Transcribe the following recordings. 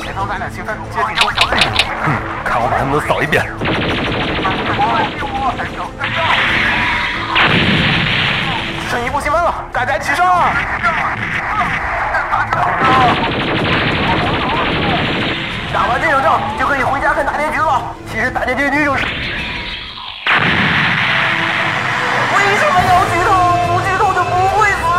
前方咱俩兴奋，接近我小队。看我把他们都扫一遍。剩一步积分了，大家齐上！打完这场仗就可以回家看大结局了。其实大结局就是……为什么要剧透？不剧透就不会死啊！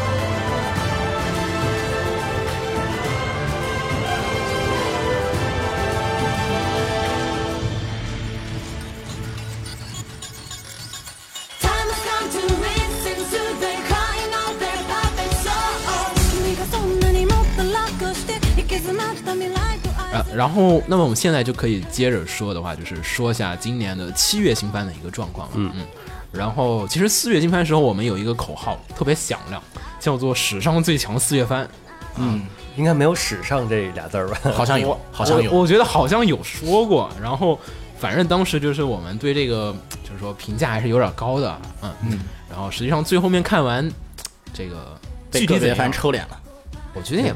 Time has come to listen to the crying of their puppet soul. 君がそんなにもっと楽して行き詰まった未来と愛啊，然后，那么我们现在就可以接着说的话，就是说一下今年的七月新番的一个状况了。嗯嗯。然后，其实四月新番的时候，我们有一个口号特别响亮，叫做“史上最强四月番应该没有“史上”这俩字儿吧？好像有，好”像我。有。我觉得好像有说过。然后，反正当时就是我们对这个就是说评价还是有点高的。嗯嗯。然后，实际上最后面看完这个具被体个怎别嗯样番，抽脸了，我觉得也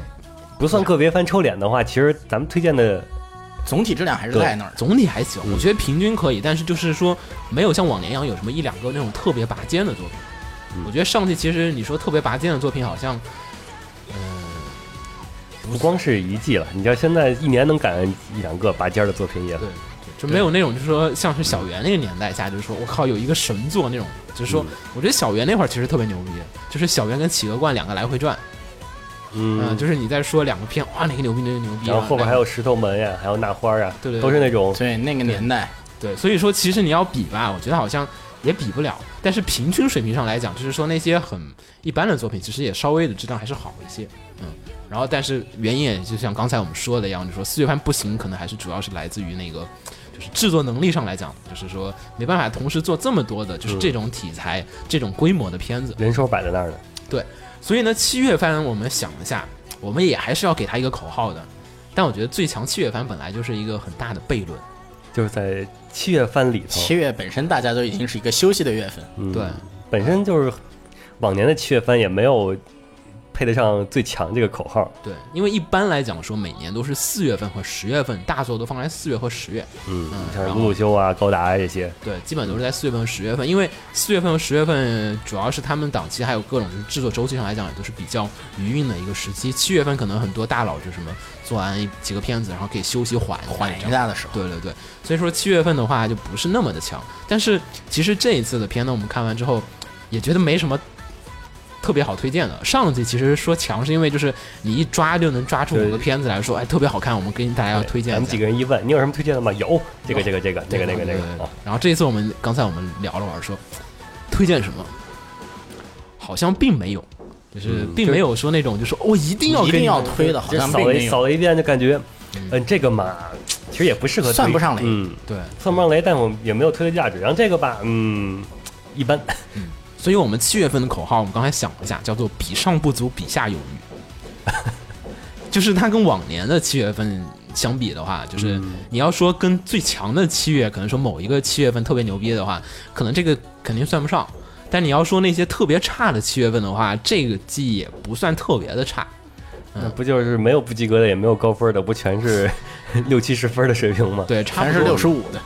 不算个别翻抽脸的话，其实咱们推荐的总体质量还是对在那儿的。总体还行，我觉得平均可以，但是就是说没有像往年一样有什么一两个那种特别拔尖的作品。嗯我觉得上季其实你说特别拔尖的作品好像不光是一季了，你要现在一年能赶一两个拔尖儿的作品也对就没有那种就是说像是小圆那个年代下，就是说我靠有一个神作那种，就是嗯说我觉得小圆那会儿其实特别牛逼，就是小圆跟企鹅罐两个来回转，嗯，嗯，就是你在说两个片，哇哪个牛逼哪个牛逼啊，然后后边哪还个有石头门呀，还有那花啊，对对对都是那种所以那个年代，对，所以说其实你要比吧，我觉得好像也比不了。但是平均水平上来讲，就是说那些很一般的作品，其实也稍微的质量还是好一些，嗯。然后，但是原因也就像刚才我们说的一样，就说四月番不行，可能还是主要是来自于那个，就是制作能力上来讲，就是说没办法同时做这么多的，就是这种题材、这种规模的片子。人手摆在那儿呢。对，所以呢，七月番我们想一下，我们也还是要给他一个口号的。但我觉得最强七月番本来就是一个很大的悖论，就是在七月番里头，七月本身大家都已经是一个休息的月份，嗯对，本身就是往年的七月番也没有配得上“最强”这个口号。对，因为一般来讲说，每年都是四月份和十月份，大作都放在四月和十月。嗯，像然是后鲁鲁修啊、高达啊这些，对，基本都是在四月份和十月份，因为四月份和十月份主要是他们档期还有各种就是制作周期上来讲也都是比较余韵的一个时期。七月份可能很多大佬就什么做完几个片子，然后可以休息缓缓一一阵。下的时候，对对对，所以说七月份的话就不是那么的强，但是其实这一次的片呢，我们看完之后也觉得没什么特别好推荐的。上季其实说强是因为就是你一抓就能抓住某个对片子来说，哎，特别好看，我们给大家要推荐咱一们几下。个人一问，你有什么推荐的吗？有，这个有这个这个这个那个那对个对对啊，然后这一次我们刚才我们聊了会儿，说推荐什么，好像并没有，就是并没有说那种就说我、一定要一给定你要推推的，好这像扫并了没一扫有。了一遍就感觉，嗯，这个嘛，其实也不适合推，算不上雷嗯，对。算不上雷，但我也没有推的价值。然后这个吧，嗯，一般，所以我们七月份的口号，我们刚才想了一下，叫做“比上不足，比下有余”， 就是它跟往年的七月份相比的话，就是嗯你要说跟最强的七月，可能说某一个七月份特别牛逼的话，可能这个肯定算不上。但你要说那些特别差的七月份的话，这个季也不算特别的差。嗯那不就是没有不及格的，也没有高分的，不全是 六七十分的水平吗？对，差不多全是六十五的，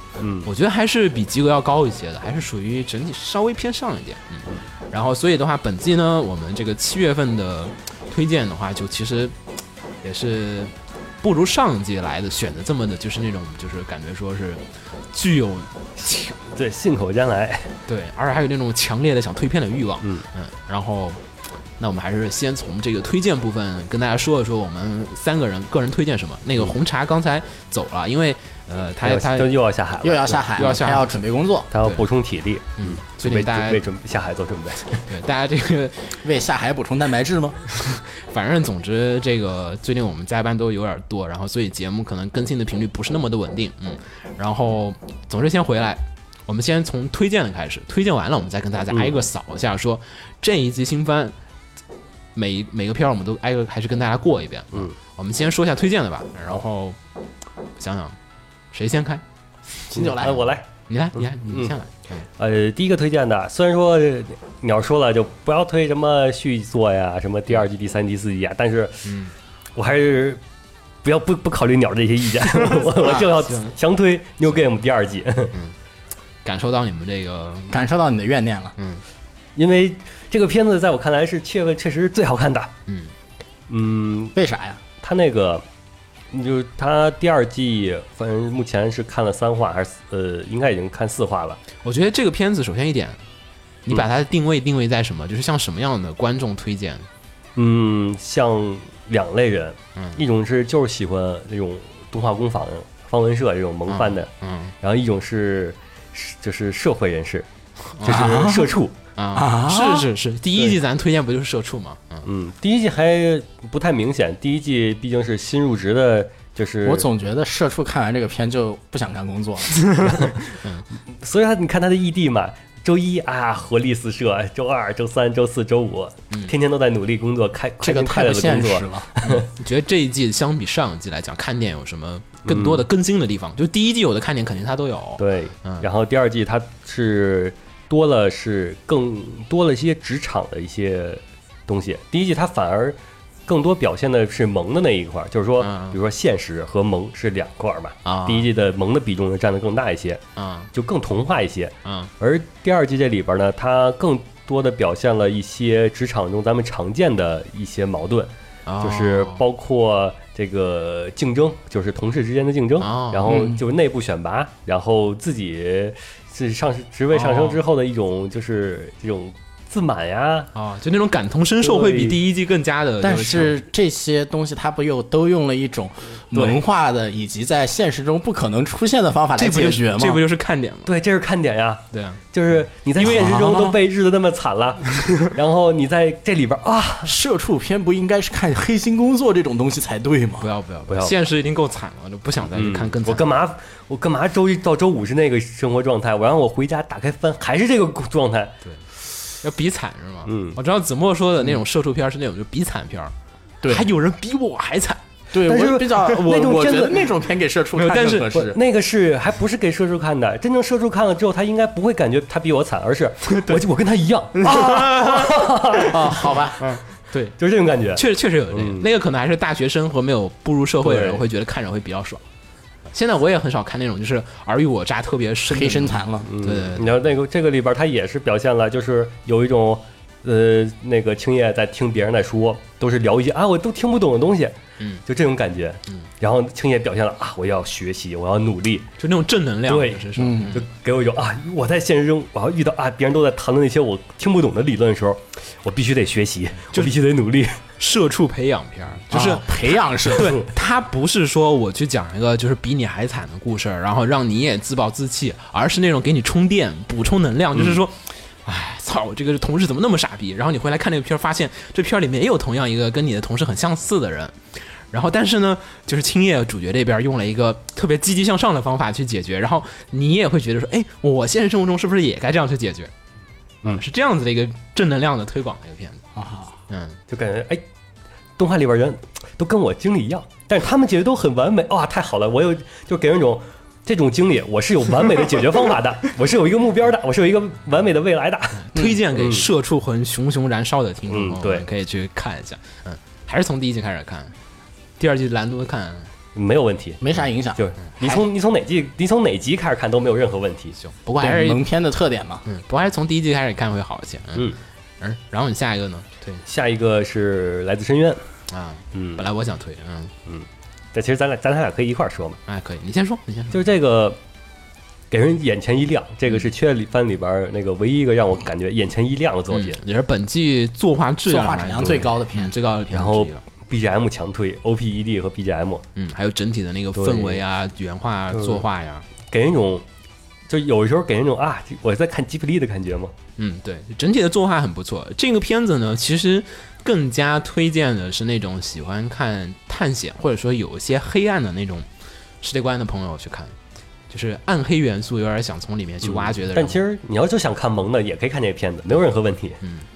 我觉得还是比及格要高一些的，还是属于整体稍微偏上一点。嗯，然后所以的话，本季呢，我们这个七月份的推荐的话，就其实也是不如上一季来的选的这么的，就是那种就是感觉说是具有对，信口将来，对，而且还有那种强烈的想推片的欲望。嗯然后。那我们还是先从这个推荐部分跟大家说一说，我们三个人个人推荐什么。那个红茶刚才走了，因为呃，他又他就嗯又要下海了，又要下海了，又要下海还要准备工作，他要对补充体力，嗯，所以为大家为准备下海做准备。对大家这个为下海补充蛋白质吗？反正总之，这个最近我们加班都有点多，然后所以节目可能更新的频率不是那么的稳定，嗯，然后总之先回来，我们先从推荐的开始，推荐完了我们再跟大家挨个扫一下，说这一集新番每每个片儿我们都挨个还是跟大家过一遍，嗯，我们先说一下推荐的吧，然后想想谁先开， 新九 来哎，我来，你来，你来，你先来。嗯呃，第一个推荐的，虽然说呃鸟说了就不要推什么续作呀，什么第二季、第三季、第四季啊，但是嗯，我还是不要不不考虑鸟这些 意见，我我就要行强推 New Game 第二季， 感受到你们这个感受到你的怨念了。因为这个片子在我看来是七月份确实是最好看的。嗯嗯，为啥呀？他那个就是他第二季，反正目前是看了三话，还是四呃应该已经看四话了。我觉得这个片子首先一点，你把它的定位定位在什么？就是向什么样的观众推荐？嗯，像两类人，嗯一种是就是喜欢那种动画工坊、方文社这种萌翻的，嗯然后一种是是就是社会人士，就啊是社畜。啊，是是是，第一季咱推荐不就是社畜吗？嗯，嗯，第一季还不太明显，第一季毕竟是新入职的，就是我总觉得社畜看完这个片就不想干工作了。所以他你看他的异地嘛，周一啊活力四射，周二、周三、周四周五，嗯天天都在努力工作，开这个开太心快乐的不现工实作。了。你觉得这一季相比上一季来讲，看点有什么更多的更新的地方？就第一季有的看点肯定它都有。，对，嗯然后第二季它是多了是更多了一些职场的一些东西，第一季它反而。更多表现的是萌的那一块儿，就是说，嗯嗯比如说现实和萌是两块儿嘛。啊第一季的萌的比重就占的更大一些，啊就更童话一些。啊而第二季这里边呢，它更多的表现了一些职场中咱们常见的一些矛盾，啊，就是包括这个竞争，就是同事之间的竞争，哦然后就是内部选拔，然后自己是上职位上升哦之后的一种就是这种自满呀。啊，就那种感同身受会比对第一季更加的。但是这些东西，它不又都用了一种文化的以及在现实中不可能出现的方法来哎这不就解是决吗？这不就是看点吗？对，这是看点呀，对啊，就是你在现实中都被日的那么惨 了，然后你在这里边啊，社畜片不应该是看黑心工作这种东西才对吗不？要不要不不要嗯现实已经够惨了，就不想再去嗯看更我惨。干嘛我干嘛周一到周五是那个生活状态，我让我回家打开翻还是这个状态，要比惨是吗？嗯我知道子墨说的那种社畜片是那种就比惨片儿，对还有人比我还惨。对，但是我比较我那种我觉片子得 那种片给社畜没有看但是更合不适，。那个是还不是给社畜看的，真正社畜看了之后，他应该不会感觉他比我惨，而是我就我跟他一样，啊，好 吧，对，就是这种感觉。确确实有这个，嗯那个可能还是大学生和没有步入社会的人对会觉得看着会比较爽。现在我也很少看那种就是尔虞我诈特别深的黑身残了。对，对对你知道嗯那个这个里边，他也是表现了，就是有一种呃，那个青叶在听别人在说，都是聊一些啊我都听不懂的东西，嗯，就这种感觉。嗯，然后青叶表现了啊，我要学习，我要努力，就那种正能量，对就是说嗯就给我一种啊，我在现实中我要遇到啊别人都在谈论那些我听不懂的理论的时候，我必须得学习，我必须得努力。社畜培养片儿，就是啊培养社畜，对他不是说我去讲一个就是比你还惨的故事，然后让你也自暴自弃，而是那种给你充电、补充能量，就是说。哎，操！我这个同事怎么那么傻逼？然后你回来看这个片儿，发现这片儿里面也有同样一个跟你的同事很相似的人。然后，但是呢，就是青叶主角这边用了一个特别积极向上的方法去解决，然后你也会觉得说，哎，我现实生活中是不是也该这样去解决？嗯是这样子的一个正能量的推广的一个片子。啊嗯，就感觉哎，动画里边人都跟我经历一样，但是他们解决都很完美，哇，太好了！我有就给人一种这种经历，我是有完美的解决方法的，我是有一个目标的，我是有一个完美的未来的。推荐给社畜魂熊熊燃烧的听众嗯朋友对们，可以去看一下。嗯，还是从第一季开始看，第二季懒得看。没有问题，没啥影响。就是你从你从哪季你从哪集开始看都没有任何问题。行，不过还对是萌片的特点嘛。嗯，不过还是从第一季开始看会好一些。嗯嗯，嗯，然后你下一个呢？对下一个是来自深渊，啊，嗯本，来我想推，嗯，这其实咱俩咱俩可以一块儿说嘛，哎，可以，你先说，你先说。就是这个。给人眼前一亮，这个是《缺月里番》里边那个唯一一个让我感觉眼前一亮的作品嗯，也是本季作画质作量画来质量说最高的片嗯，，最高的片然后之一了 BGM 强推，OP ED 和 BGM，嗯，还有整体的那个对氛围啊、原画啊、对作画呀，给人一种，就有时候给人一种啊，我在看吉卜力的感觉嘛。嗯，对，整体的作画很不错。这个片子呢，其实更加推荐的是那种喜欢看探险或者说有一些黑暗的那种世界观的朋友去看，就是暗黑元素有点想从里面去挖掘的人。嗯但其实你要就想看萌的，也可以看这个片子，没有任何问题。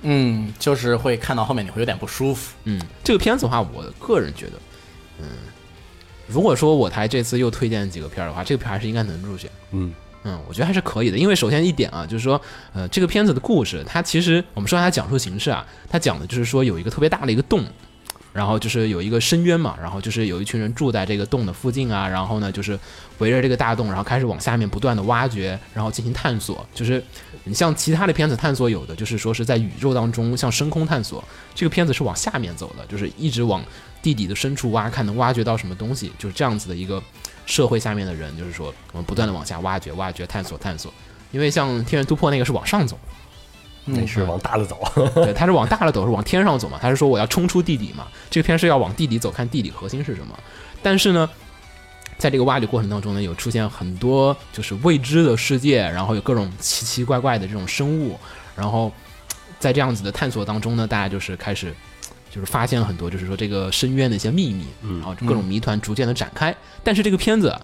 嗯，就是会看到后面你会有点不舒服。嗯，这个片子的话，我个人觉得，嗯，如果说我台这次又推荐几个片儿的话，这个片儿还是应该能入选。嗯，嗯，我觉得还是可以的，因为首先一点啊，就是说，呃，这个片子的故事，它其实我们说它讲述形式啊，它讲的就是说有一个特别大的一个洞，然后就是有一个深渊嘛，然后就是有一群人住在这个洞的附近啊，然后呢就是围着这个大洞，然后开始往下面不断的挖掘，然后进行探索。就是你像其他的片子探索有的就是说是在宇宙当中像深空探索，这个片子是往下面走的，就是一直往地底的深处挖，看能挖掘到什么东西，就是这样子的一个社会下面的人，就是说我们不断的往下挖掘、挖掘、探索、探索。因为像《天元突破》那个是往上走，嗯嗯那是往大了走。对，他是往大了走，是往天上走嘛？他是说我要冲出地底嘛？这个片是要往地底走，看地底核心是什么。但是呢，在这个挖掘过程当中呢，有出现很多就是未知的世界，然后有各种奇奇怪怪的这种生物，然后在这样子的探索当中呢，大家就是开始就是发现了很多就是说这个深渊的一些秘密，然后各种谜团逐渐的展开。但是这个片子啊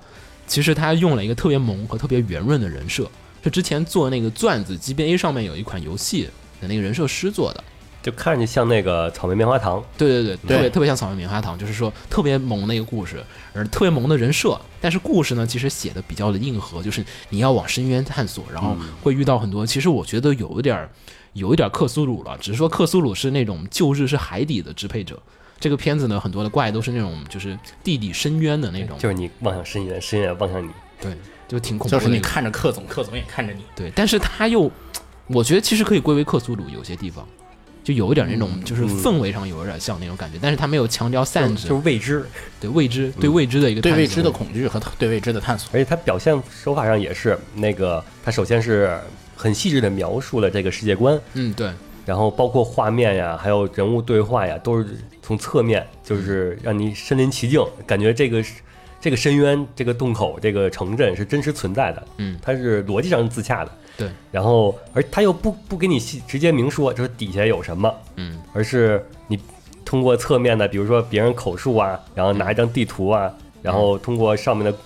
其实它用了一个特别萌和特别圆润的人设，是之前做那个钻子 GBA 上面有一款游戏的那个人设师做的。 就看着像那个草莓棉花糖，对对对，特别对特别像草莓棉花糖，就是说特别萌的一个故事，而特别萌的人设，但是故事呢，其实写的比较的硬核，就是你要往深渊探索，然后会遇到很多，其实我觉得有一点儿，有一点儿克苏鲁了，只是说克苏鲁是那种旧日是海底的支配者。这个片子呢，很多的怪都是那种就是地底深渊的那种，就是你望向深渊，深渊望向你。对，就挺恐怖就的。是你看着克总，克总也看着你，对，但是他又，我觉得其实可以归为克苏鲁有些地方，就有一点儿那嗯种就是氛围上有一点儿像那种感觉，但是他没有强调就散值就，是未知，对未知对未知的一个嗯对探未索知的恐惧和对未知的探索。而且它表现手法上也是那个，它首先是很细致的描述了这个世界观，嗯对然后包括画面呀，还有人物对话呀，都是从侧面，就是让你身临其境，感觉这个 是这个深渊、这个洞口、这个城镇是真实存在的。嗯它是逻辑上是自洽的。对，然后而它又不不给你细直接明说，就是底下有什么，嗯而是你通过侧面的，比如说别人口述啊，然后拿一张地图啊，然后通过上面的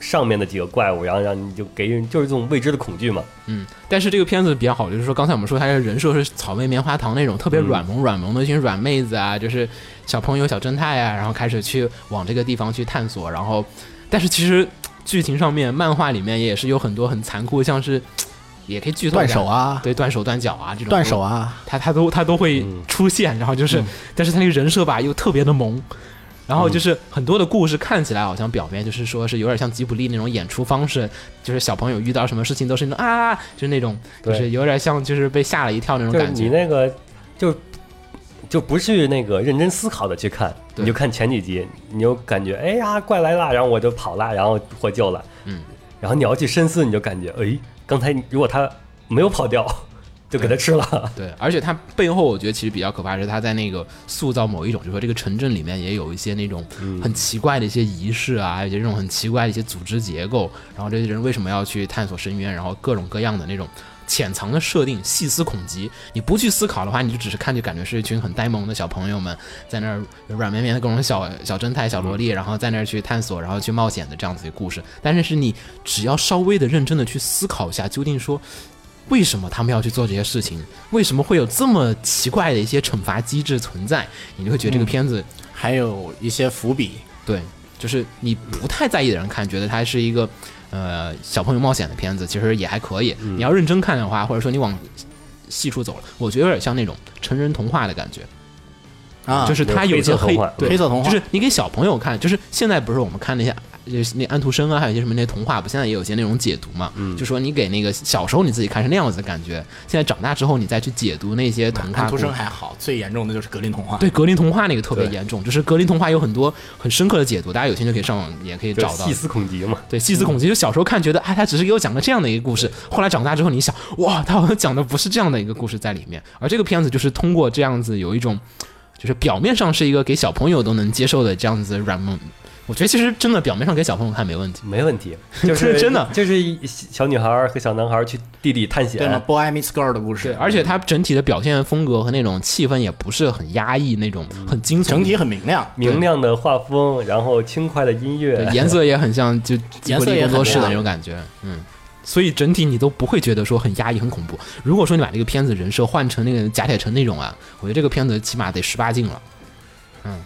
上面的几个怪物，然后让你就给人就是这种未知的恐惧嘛。嗯，但是这个片子比较好，就是说刚才我们说它的人设是草莓棉花糖那种特别软萌软萌的一群软妹子啊，就是小朋友小侦探啊，然后开始去往这个地方去探索，然后但是其实剧情上面漫画里面也是有很多很残酷，像是也可以剧透一断下手啊，对断手断脚啊这种断手啊，他他都他都会出现，然后就是，但是他那个人设吧又特别的萌，然后就是很多的故事看起来好像表面就是说是有点像吉卜力那种演出方式，就是小朋友遇到什么事情都是那种啊，就是那种就对是有点像就是被吓了一跳那种就是感你觉。那个就就不是那个认真思考的去看，对你就看前几集，你就感觉哎呀怪来啦，然后我就跑啦，然后获救了，嗯，然后你要去深思，你就感觉哎，刚才如果他没有跑掉，就给他吃了，对，而且他背后我觉得其实比较可怕的是他在那个塑造某一种，就是说这个城镇里面也有一些那种很奇怪的一些仪式啊，有些这种很奇怪的一些组织结构，然后这些人为什么要去探索深渊，然后各种各样的那种潜藏的设定，细思恐极。你不去思考的话，你就只是看，就感觉是一群很呆萌的小朋友们在那儿软绵绵的各种小小侦探、小萝莉，然后在那儿去探索，然后去冒险的这样子一个故事。但是是你只要稍微的认真的去思考一下，究竟说为什么他们要去做这些事情？为什么会有这么奇怪的一些惩罚机制存在？你就会觉得这个片子、还有一些伏笔。对，就是你不太在意的人看，觉得它是一个呃小朋友冒险的片子，其实也还可以。你要认真看的话，或者说你往细处走了，我觉得有点像那种成人童话的感觉，啊，就是它有一些黑色黑童话对黑色童话就是你给小朋友看，就是现在不是我们看那些。就是那安徒生啊，还有一些什么那些童话，不现在也有一些那种解读嘛？嗯就说你给那个小时候你自己看是那样子的感觉，现在长大之后你再去解读那些童话安故徒事生还好，最严重的就是格林童话。对格林童话那个特别对严重，就是格林童话有很多很深刻的解读，大家有兴趣可以上网也可以就找到细。思恐极嘛。对，细思恐极，就小时候看觉得，哎，他只是给我讲了这样的一个故事，后来长大之后，你想，哇，他好像讲的不是这样的一个故事在里面。而这个片子就是通过这样子有一种，就是表面上是一个给小朋友都能接受的这样子软萌，我觉得其实真的表面上给小朋友看没问题。没 问题，就是真的就是一小女孩儿和小男孩儿去地底探险对，吗？Boy Meets Girl 的故对，事，而且它整体的表现风格和那种气氛也不是很压抑，那种很惊悚，整体很明亮。明亮的画风，然后轻快的音对乐，颜色也很像就吉颜卜色力也工很作室的亮那种感觉，嗯。所以整体你都不会觉得说很压抑、很恐怖。如果说你把这个片子人设换成那个贾铁城那种啊，我觉得这个片子起码得十八禁了，嗯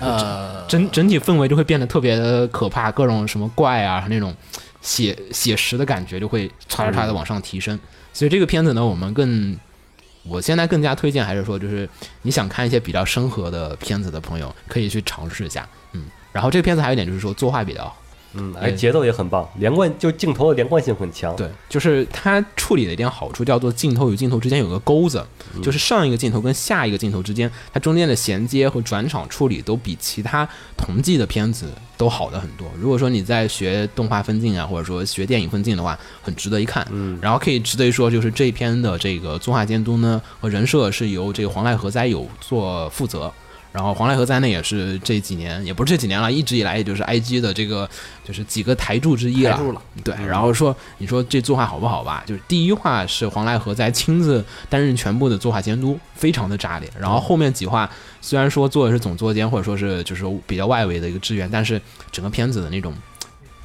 呃，整整体氛围就会变得特别的可怕，各种什么怪啊那种写写实的感觉就会唰唰唰的往上提升。所以这个片子呢，我们更我现在更加推荐还是说，就是你想看一些比较深和的片子的朋友，可以去尝试一下。嗯，然后这个片子还有一点就是说作画比较好。嗯，而节奏也很棒，连贯就镜头的连贯性很强。对，就是它处理了一点好处，叫做镜头与镜头之间有个钩子，嗯就是上一个镜头跟下一个镜头之间，它中间的衔接和转场处理都比其他同季的片子都好的很多。如果说你在学动画分镜啊，或者说学电影分镜的话，很值得一看。嗯，然后可以值得一说，就是这一篇的这个作画监督呢和人设是由这个黄濑和哉有做负责。然后黄濑和哉呢，也是这几年，也不是这几年了，一直以来也就是 IG 的这个就是几个台柱之一了。台柱了对，嗯然后说你说这作画好不好吧？就是第一话是黄濑和哉亲自担任全部的作画监督，非常的炸裂。然后后面几话虽然说做的是总作监或者说是就是比较外围的一个支援，但是整个片子的那种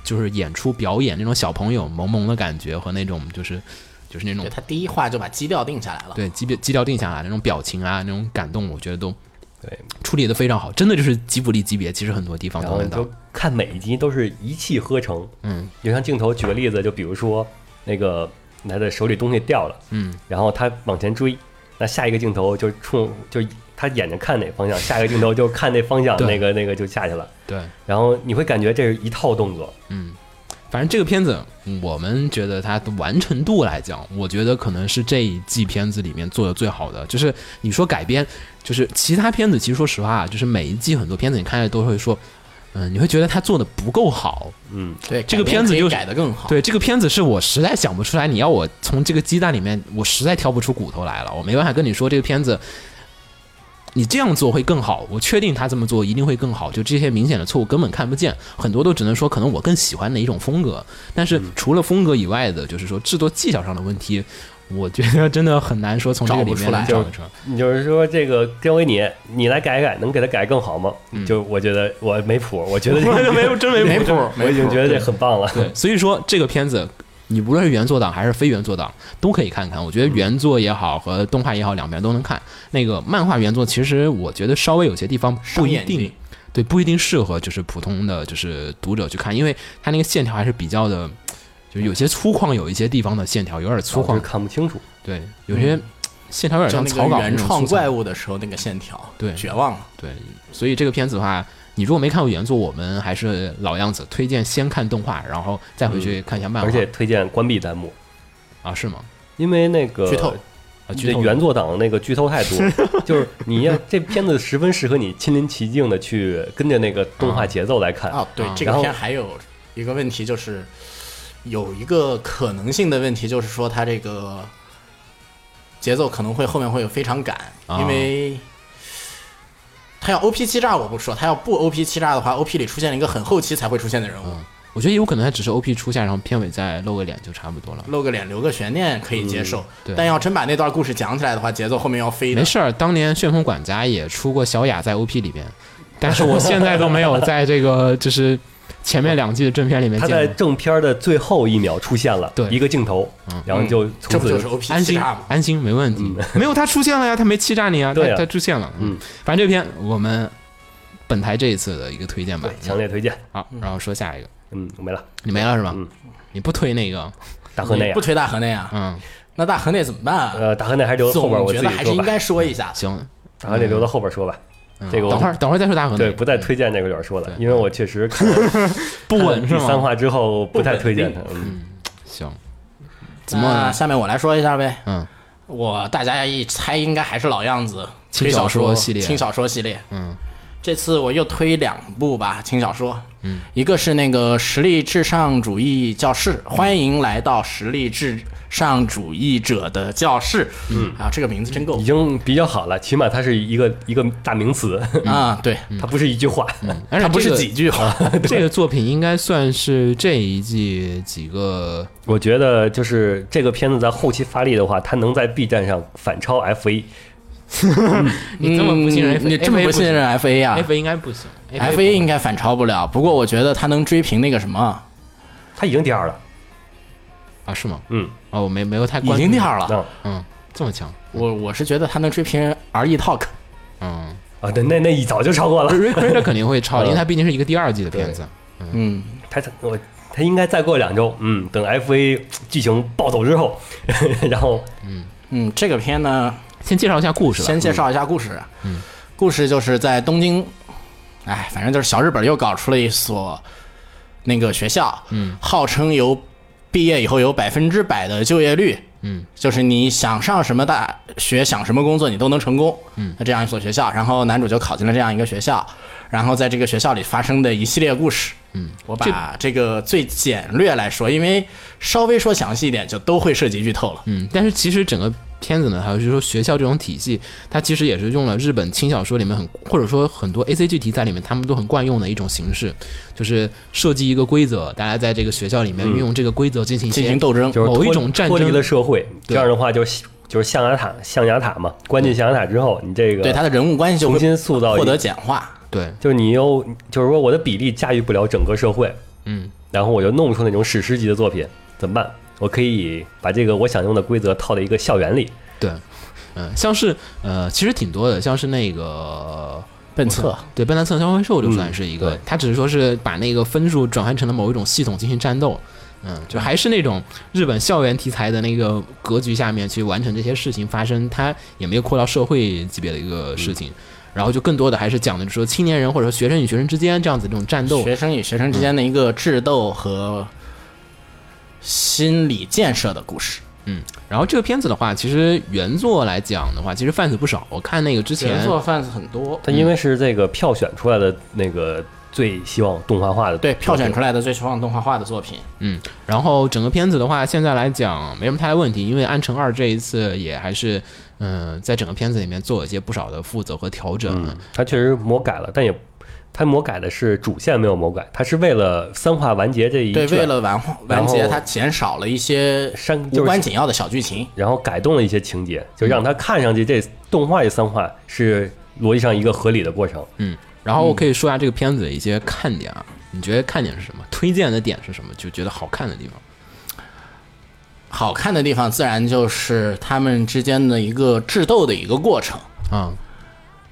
就是演出表演那种小朋友萌萌的感觉和那种就是就是那种对他第一话就把基调定下来嗯了。对基基调定下来那种表情啊那种感动，我觉得都对，处理的非常好，真的就是吉卜力级别，其实很多地方然都后能你到就。看每一集都是一气呵成。哦嗯，就像镜头举个例子，就比如说那个他的手里东西掉了，嗯，然后他往前追，那下一个镜头就冲就他眼睛看哪方向，下一个镜头就看那方向对那个那个就下去了，对，然后你会感觉这是一套动作，嗯，反正这个片子，我们觉得它的完成度来讲，我觉得可能是这一季片子里面做的最好的。就是你说改编，就是其他片子，其实说实话啊，就是每一季很多片子你看着都会说，嗯，你会觉得它做的不够好，嗯，对，这个改片编子可以就是改得更好。对，这个片子是我实在想不出来，你要我从这个鸡蛋里面，我实在挑不出骨头来了，我没办法跟你说这个片子。你这样做会更好，我确定他这么做一定会更好。就这些明显的错误根本看不见，很多都只能说可能我更喜欢哪一种风格。但是嗯除了风格以外的，就是说制作技巧上的问题，我觉得真的很难说从这个里找不出面来找得出来。你就是说这个交给你，你来改一改，能给他改更好吗？嗯就我觉得我没谱，我觉得没 有真没谱，我已经觉得这很棒了，啊对，所以说这个片子，你无论是原作党还是非原作党，都可以看看。我觉得原作也好和动画也好，两边都能看。那个漫画原作，其实我觉得稍微有些地方不伤一眼定睛，对，不一定适合就是普通的就是读者去看，因为它那个线条还是比较的，就有些粗犷，有一些地方的线条有点粗我就犷，看不清楚。对，有些线条有点就像那草个稿原创怪怪物。物的时候那个线条，对绝望了。对，所以这个片子的话，你如果没看过原作，我们还是老样子，推荐先看动画，然后再回去看一下漫画。而且推荐关闭弹幕，啊，是吗？因为那个剧透啊，这剧透原作党那个剧透太多，就是你要这片子十分适合你亲临其境的去跟着那个动画节奏来看。啊，对啊，这个然片后还有一个问题就是，有一个可能性的问题就是说，它这个节奏可能会后面会有非常赶，啊因为它要 O P 欺诈我不说，它要不 O P 欺诈的话，O P 里出现了一个很后期才会出现的人物，嗯，我觉得有可能他只是 OP 出现，然后片尾再露个脸就差不多了。露个脸留个悬念可以接受，对但要真把那段故事讲起来的话，节奏后面要飞的没。事儿，当年旋风管家也出过小雅在 OP 里边，但是我现在都没有在这个就是前面两季的正片里面他在见过。正片的最后一秒出现了，对一个镜头，然后就这从不此就是 O P 安欺心诈吗？安心，没问题。没有他出现了呀，他没欺诈你啊，他嗯对啊他出现了。嗯，反正这篇我们本台这一次的一个推荐吧对。强烈推荐。好，然后说下一个，嗯，没了，你没了是吧嗯？你不推那个，大河内你啊不，推大河内啊？嗯，那大河内怎么办啊？呃，大河内还是留到后边总我觉自得己还是说应吧。该说一下。行，大河内留到后边说吧，这个我等会儿等会儿再说大河内。对不再推荐这个有点说了，因为我确实看不稳第是吗？三话之后不太推荐他。嗯，行，怎么那下面我来说一下呗。嗯我大家一猜应该还是老样子，轻推小小说系列轻小说系列。嗯，这次我又推两部吧，轻小说。嗯，一个是那个《实力至上主义教室》，欢迎来到实力至上主义者的教室。嗯，啊，这个名字真够已经比较好了，起码它是一个一个大名词，啊！对，嗯它不是一句话。而且它不这是个啊几句话， 这个作品应该算是这一季几个 我觉得就是这个片子在后期发力的话，它能在 B 站上反超 F 一。你这么不信任 F，嗯你这么不信任 FA 啊 F 应该不行？FA 应该反超不了，不过我觉得他能追平那个什么，它已经第二了，啊是吗？嗯，哦，我没没有太已关注经第二了。那嗯这么强我我是觉得他能追平 RE Talk。嗯啊，对，那那一早就超过了。 呃，Rick Rider 肯定会超，嗯因为它毕竟是一个第二季的片子。嗯，它它我他应该再过两周，嗯，等 FA 剧情暴走之后， 然后嗯，这个片呢，先介绍一下故事吧。先介绍一下故事。嗯，故事就是在东京，哎，反正就是小日本又搞出了一所那个学校，嗯，号称有毕业以后有百分之百的就业率，嗯，就是你想上什么大学，想什么工作，你都能成功，嗯，这样一所学校，然后男主就考进了这样一个学校，然后在这个学校里发生的一系列故事。嗯，我把这个最简略来说，因为稍微说详细一点，就都会涉及剧透了。嗯，但是其实整个片子呢，还有就是说学校这种体系，它其实也是用了日本轻小说里面很，或者说很多 A C G 题材里面他们都很惯用的一种形式，就是设计一个规则，大家在这个学校里面运用这个规则进行一些嗯进行斗争就是某一脱种战脱离争了社会，这对样的话就就是象牙塔象牙塔嘛，关进象牙塔之后，你这个对他的人物关系就会重新塑造一获得个简化。对，就是你又就是说我的比例驾驭不了整个社会，嗯，然后我就弄不出那种史诗级的作品，怎么办？我可以把这个我想用的规则套在一个校园里，对，嗯、像是呃，其实挺多的，像是那个笨测，对，笨蛋测消费兽就算是一个，它只是说是把那个分数转换成了某一种系统进行战斗，嗯，就还是那种日本校园题材的那个格局下面去完成这些事情发生，它也没有扩到社会级别的一个事情，然后就更多的还是讲的就是说青年人或者说学生与学生之间这样子这种战斗，学生与学生之间的一个智斗和心理建设的故事。嗯，然后这个片子的话，其实原作来讲的话，其实贩子不少，我看那个之前前作贩子很多，它因为是这个票选出来的那个最希望动画化的对票选作出来的最希望动画化的作品，嗯，然后整个片子的话，现在来讲没什么太大问题，因为《安城二》这一次也还是，嗯、在整个片子里面做了一些不少的负责和调整。品，嗯，它确实魔改了，但也它魔改的是主线没有魔改，它是为了三话完结这一对，卷为了完完结，它减少了一些删就是无关紧要的小剧情。然后改动了一些情节，就让它看上去这动画这三话是逻辑上一个合理的过程。嗯，然后我可以说一下这个片子的一些看点啊，你觉得看点是什么？推荐的点是什么？就觉得好看的地方？好看的地方自然就是他们之间的一个智斗的一个过程。啊、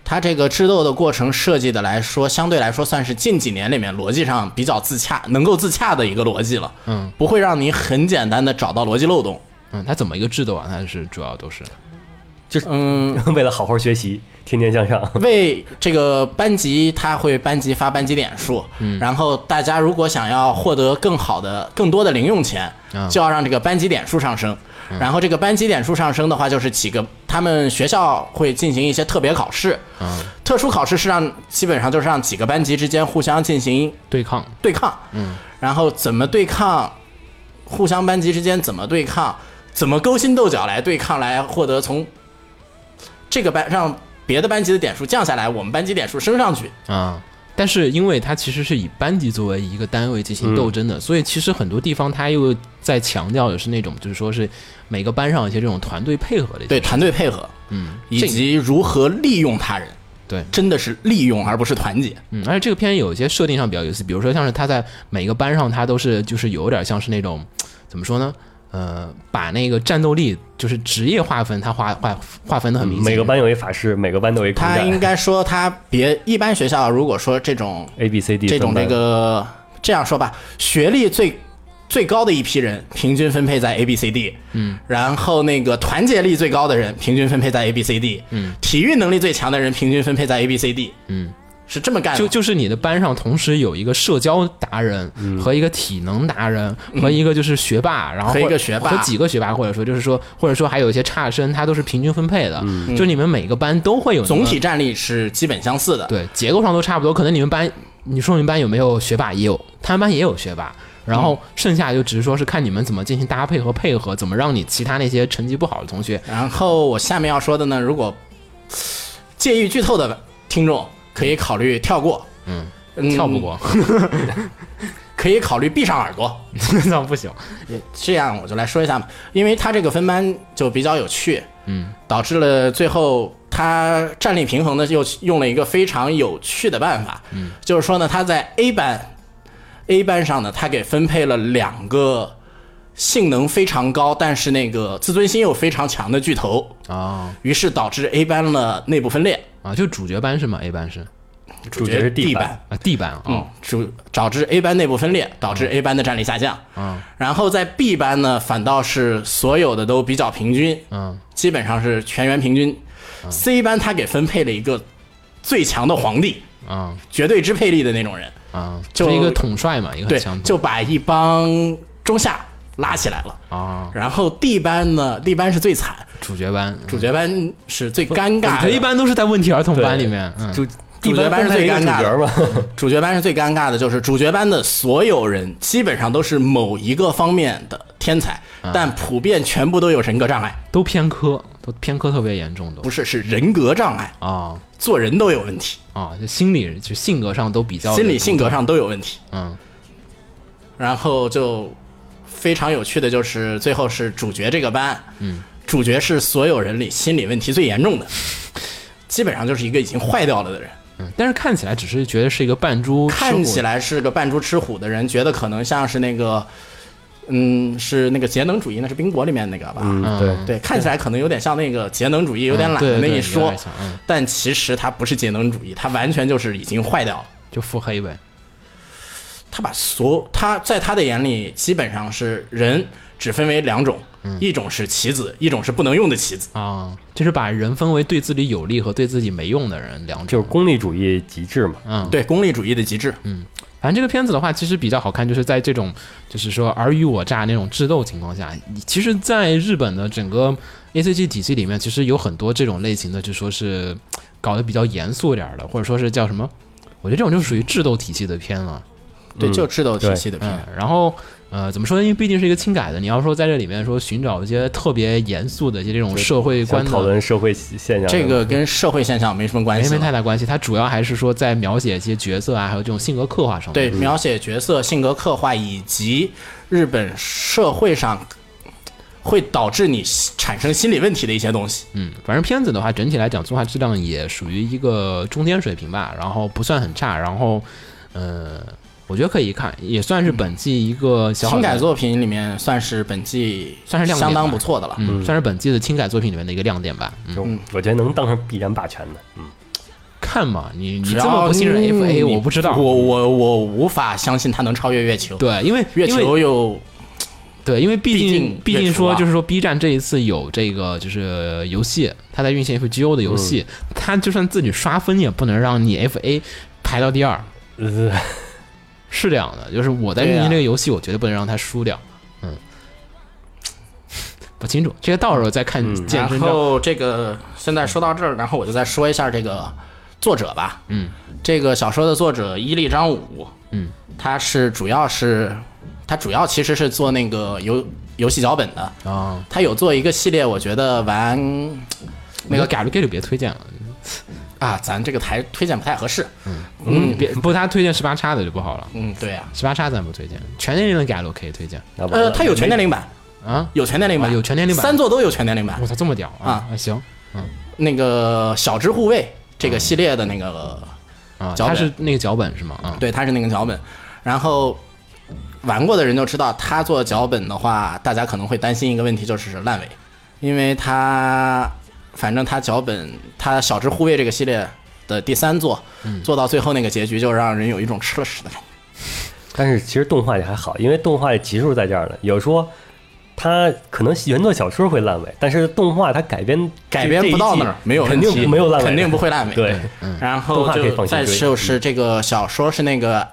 它这个智斗的过程设计的来说，相对来说算是近几年里面逻辑上比较自洽、能够自洽的一个逻辑了。嗯，不会让你很简单的找到逻辑漏洞。嗯，它怎么一个制度啊？它是主要都是，嗯， 为了好好学习，天天向上。为这个班级，它会班级发班级点数，然后大家如果想要获得更好的、更多的零用钱，嗯就要让这个班级点数上升。然后这个班级点数上升的话，就是几个他们学校会进行一些特别考试，嗯，特殊考试是让基本上就是让几个班级之间互相进行对抗。对抗，嗯，然后怎么对抗，互相班级之间怎么对抗，怎么勾心斗角来对抗，来获得从这个班让别的班级的点数降下来，我们班级点数升上去。啊、但是因为它其实是以班级作为一个单位进行斗争的，所以其实很多地方它又在强调的是那种，就是说是每个班上有一些这种团队配合的一些对团队配合，嗯，以这及如何利用他人，对，真的是利用而不是团结。嗯，而且这个片有一些设定上比较有意思，比如说像是他在每个班上，他都是就是有点像是那种怎么说呢？呃，把那个战斗力就是职业划分，他划划划分的嗯很明显。每个班有一法师，每个班都有一他空应战。该说，他别一般学校如果说这种 A B C D 这种这分班个这样说吧，学历最最高的一批人平均分配在 A、B、C、D，嗯，然后那个团结力最高的人平均分配在 A、B、C、D，嗯，体育能力最强的人平均分配在 A、B、C、D，嗯，是这么干的，就就是你的班上同时有一个社交达人和一个体能达人和一个就是学霸，然后嗯和一或个学霸和几个学霸，或者说就是说或者说还有一些差生，他都是平均分配的，就你们每个班都会有那么嗯总体战力是基本相似的，对，结构上都差不多。可能你们班，你说你们班有没有学霸？也有，他们班也有学霸。然嗯后剩下就只是说是看你们怎么进行搭配和配合，怎么让你其他那些成绩不好的同学，然后我下面要说的呢，如果介意剧透的听众可以考虑跳过，嗯跳不，过， 可以考虑闭上耳朵，那不行。这样我就来说一下嘛，因为他这个分班就比较有趣，嗯，导致了最后他战力平衡呢又用了一个非常有趣的办法，嗯，就是说呢，他在 A 班，A 班上呢，他给分配了两个性能非常高，但是那个自尊心又非常强的巨头，啊于是导致 A 班了内部分裂。啊，就主角班是吗？A 班是主角是 D 地班板，啊，地板啊，嗯，主导致 A 班内部分裂，导致 A 班的战力下降。嗯，然后在 B 班呢，反倒是所有的都比较平均，嗯，基本上是全员平均。C 班他给分配了一个最强的皇帝，啊绝对支配力的那种人，啊，就是一个统帅嘛，一个对很强，就把一帮中下拉起来了。啊，然后 D 班呢，D 班是最惨，主角班，主角班是最嗯尴我尬们一的。般都是在问题儿童班对里面，嗯，就主角班是最尴尬的嘛， 主角班是最尴尬的，就是主角班的所有人基本上都是某一个方面的天才，嗯但普遍全部都有人格障碍，都偏科，都偏科特别严重都不是是人格障碍，啊做人都有问题，啊，就心理就性格上都比较心理性格上都有问题。嗯然后就非常有趣的就是最后是主角这个班，嗯，主角是所有人里心理问题最严重的，基本上就是一个已经坏掉了的人。嗯，但是看起来只是觉得是一个扮猪，看起来是个扮猪吃虎的人，觉得可能像是那个，嗯，是那个节能主义，那是冰国里面那个吧？嗯，对，对，看起来可能有点像那个节能主义，有点嗯懒对的那对一有说点像嗯，但其实它不是节能主义，它完全就是已经坏掉了。就腹黑呗，他把所有他在他的眼里，基本上是人只分为两种，一种是棋子，一种是不能用的棋子。啊，就是把人分为对自己有利和对自己没用的人两就种是。功利主义极致嘛，嗯，对，功利主义的极致。反正这个片子的话，其实比较好看，就是在这种就是说尔虞我诈那种智斗情况下，其实，在日本的整个 A C G 体系里面，其实有很多这种类型的，就说是搞得比较严肃一点儿的，或者说是叫什么？我觉得这种就属于智斗体系的片了。对，就智斗体系的嗯片，，然后呃，怎么说呢？因为毕竟是一个轻改的，你要说在这里面说寻找一些特别严肃的一些这种社会观想的讨论社会现象，这个跟社会现象没什么关没系没了。太大关系，它主要还是说在描写一些角色啊，还有这种性格刻画上面。对，描写角色性格刻画以及日本社会上会导致你产生心理问题的一些东西。嗯，反正片子的话，整体来讲，动画质量也属于一个中间水平吧，然后不算很差，然后，呃，我觉得可以看，也算是本季一个小好嗯轻看改，作品里面算是本季算是亮点相当吧不错的了。嗯，算是本季的轻改作品里面的一个亮点吧。嗯，就我觉得能当上必然霸权的，嗯，看嘛，你你只这要么不信任你 F A，我不知道。我我我无法相信他能超越月球。对，因为月因为球有对，因为毕毕竟竟毕月竟初说啊就是说，B 站这一次有这个就是游戏，它在运行 FGO 的游戏，嗯它就算自己刷分也不能让你 FA 排到第二，呃是这样的。就是我在对运行啊这个游戏，我绝对不能让它输掉。嗯，不清楚，这个到时候再看见真然章。后这个现在说到这儿，然后我就再说一下这个作者吧。嗯，这个小说的作者伊利张武，嗯，他是主要是他主要其实是做那个游游戏脚本的，啊，他有做一个系列，我觉得玩那个 g a l g a 就别推荐了，嗯啊，咱这个台推荐不太合适。嗯，别不，他推荐十八叉的就不好了，嗯，对啊，十八叉咱不推荐，全年龄的 g a l 可以推荐那完呃，了他有全年龄版，啊。有全年龄版，啊有全年龄版三作都有全年龄版我。操，这么屌啊行那个小之护卫这个系列的那个，啊，脚他本是那个脚本是吗？啊，对，它是那个脚本。然后玩过的人就知道，他做脚本的话，大家可能会担心一个问题，就是烂尾，因为他反正他脚本，他小之护卫这个系列的第三作，做到最后那个结局，就让人有一种吃了屎的感觉。但是其实动画里还好，因为动画里集数在这儿呢。有说它可能原作小说会烂尾，但是动画它改编改编不到那儿，没有肯问题，定没有烂尾，肯定不会烂尾。嗯对，然动后画可以就放心再追嗯就是这个小说是那个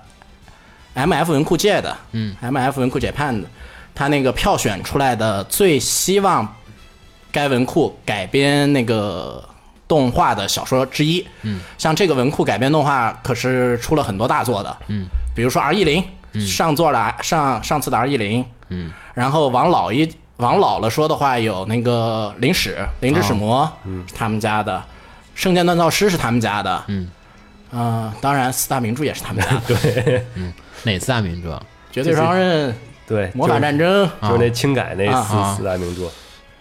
M F 文库界的，嗯，M F 文库 Japan 的，他那个票选出来的最希望该文库改编那个动画的小说之一。嗯，像这个文库改编动画可是出了很多大作的，嗯，比如说 R E 零，上座了上上次的 R E 零，嗯，然后往老一往老了说的话，有那个灵史灵之使哦魔，嗯，他们家的。圣剑锻造师是他们家的，嗯，呃，当然四大名著也是他 们家的，哪次大啊名著？绝对双刃、对，魔法战争，就是就是那轻改那啊啊四四大名著，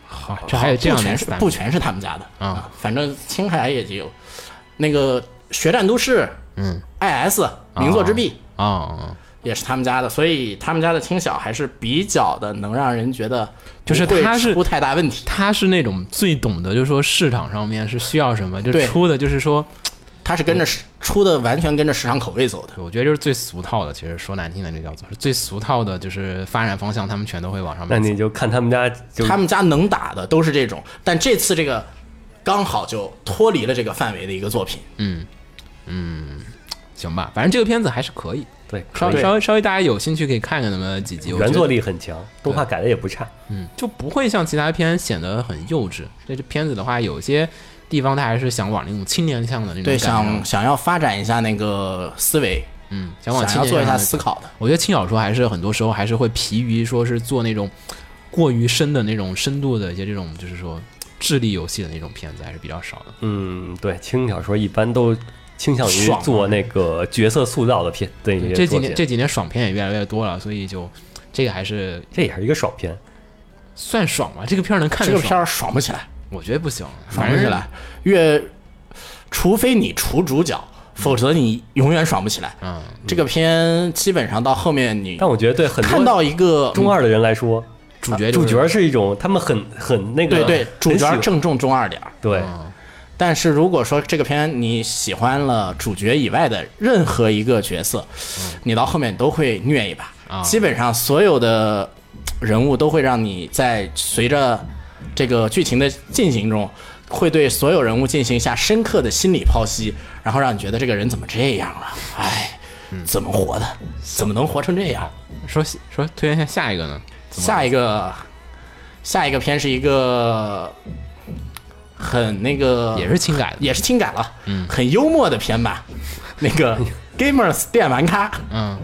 好，这还有这样不的全是三不全是他们家的啊，反正青海也就有那个决战都市，嗯，IS 哦名作之壁啊啊，也是他们家的，所以他们家的轻小还是比较的能让人觉得就是不会他是出太大问题，他是那种最懂得，就是说市场上面是需要什么，就对出的就是说它是跟着市出的，完全跟着市场口味走的。我觉得就是最俗套的，其实说难听点，这叫做是最俗套的，就是发展方向，他们全都会往上那面走。你就看他们家就他们家能打的都是这种，但这次这个刚好就脱离了这个范围的一个作品。行吧，反正这个片子还是可以，对，稍可以稍微稍微大家有兴趣可以看看那么几集。我觉原得作力很强，动画改的也不差。嗯，就不会像其他片显得很幼稚。这这片子的话，有些地方它还是想往那种青年向的那种对，嗯感觉想想要发展一下那个思维，嗯想往想青要年做一向下的思考的。我觉得轻小说还是很多时候还是会疲于说是做那种过于深的那种深度的一些这种就是说智力游戏的那种片子还是比较少的。嗯，对，轻小说一般都倾向爽啊于做那个角色塑造的片，对这几作年品这几年爽片也越来越多了，所以就这个还是这也是一个爽片，算爽吧。这个片儿能看着这个爽，片儿爽不起来，我觉得不行，爽反不正起是来。越除非你除主角，否则你永远爽不起来。嗯，这个片基本上到后面你但我觉得对很看多到一个中二的人来说，啊主角就是主角是一种他们很很那个对对，主很喜角欢正中中二点儿。对，但是如果说这个片你喜欢了主角以外的任何一个角色，你到后面都会虐一把，嗯啊基本上所有的呃人物都会让你在随着这个剧情的进行中，会对所有人物进行一下深刻的心理剖析，然后让你觉得这个人怎么这样啊？哎，嗯怎么活的？怎么能活成这样？说说推荐一下下一个呢？下一个，下一个片是一个很那个，也是轻改的，嗯也是轻改了，嗯，很幽默的片吧。那 个 Gamers 电玩咖嗯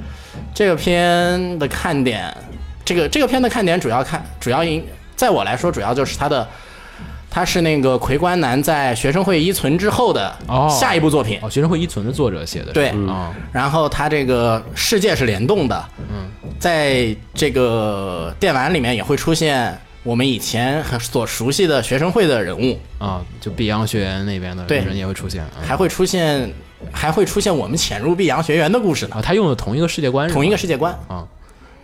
这个片的看点，这个这个片的看点主要看主要因，在我来说主要就是它的，它是那个魁观男在学生会一存之后的哦下一部作品，哦，学生会依存的作者写的是吧，对啊，然后它这个世界是联动的，嗯，在这个电玩里面也会出现我们以前很所熟悉的学生会的人物，啊，就碧阳学员那边的对人也会出现，嗯还会出现还会出现我们潜入碧阳学园的故事呢，啊，他用的同一个世界观是吗，同一个世界观。啊，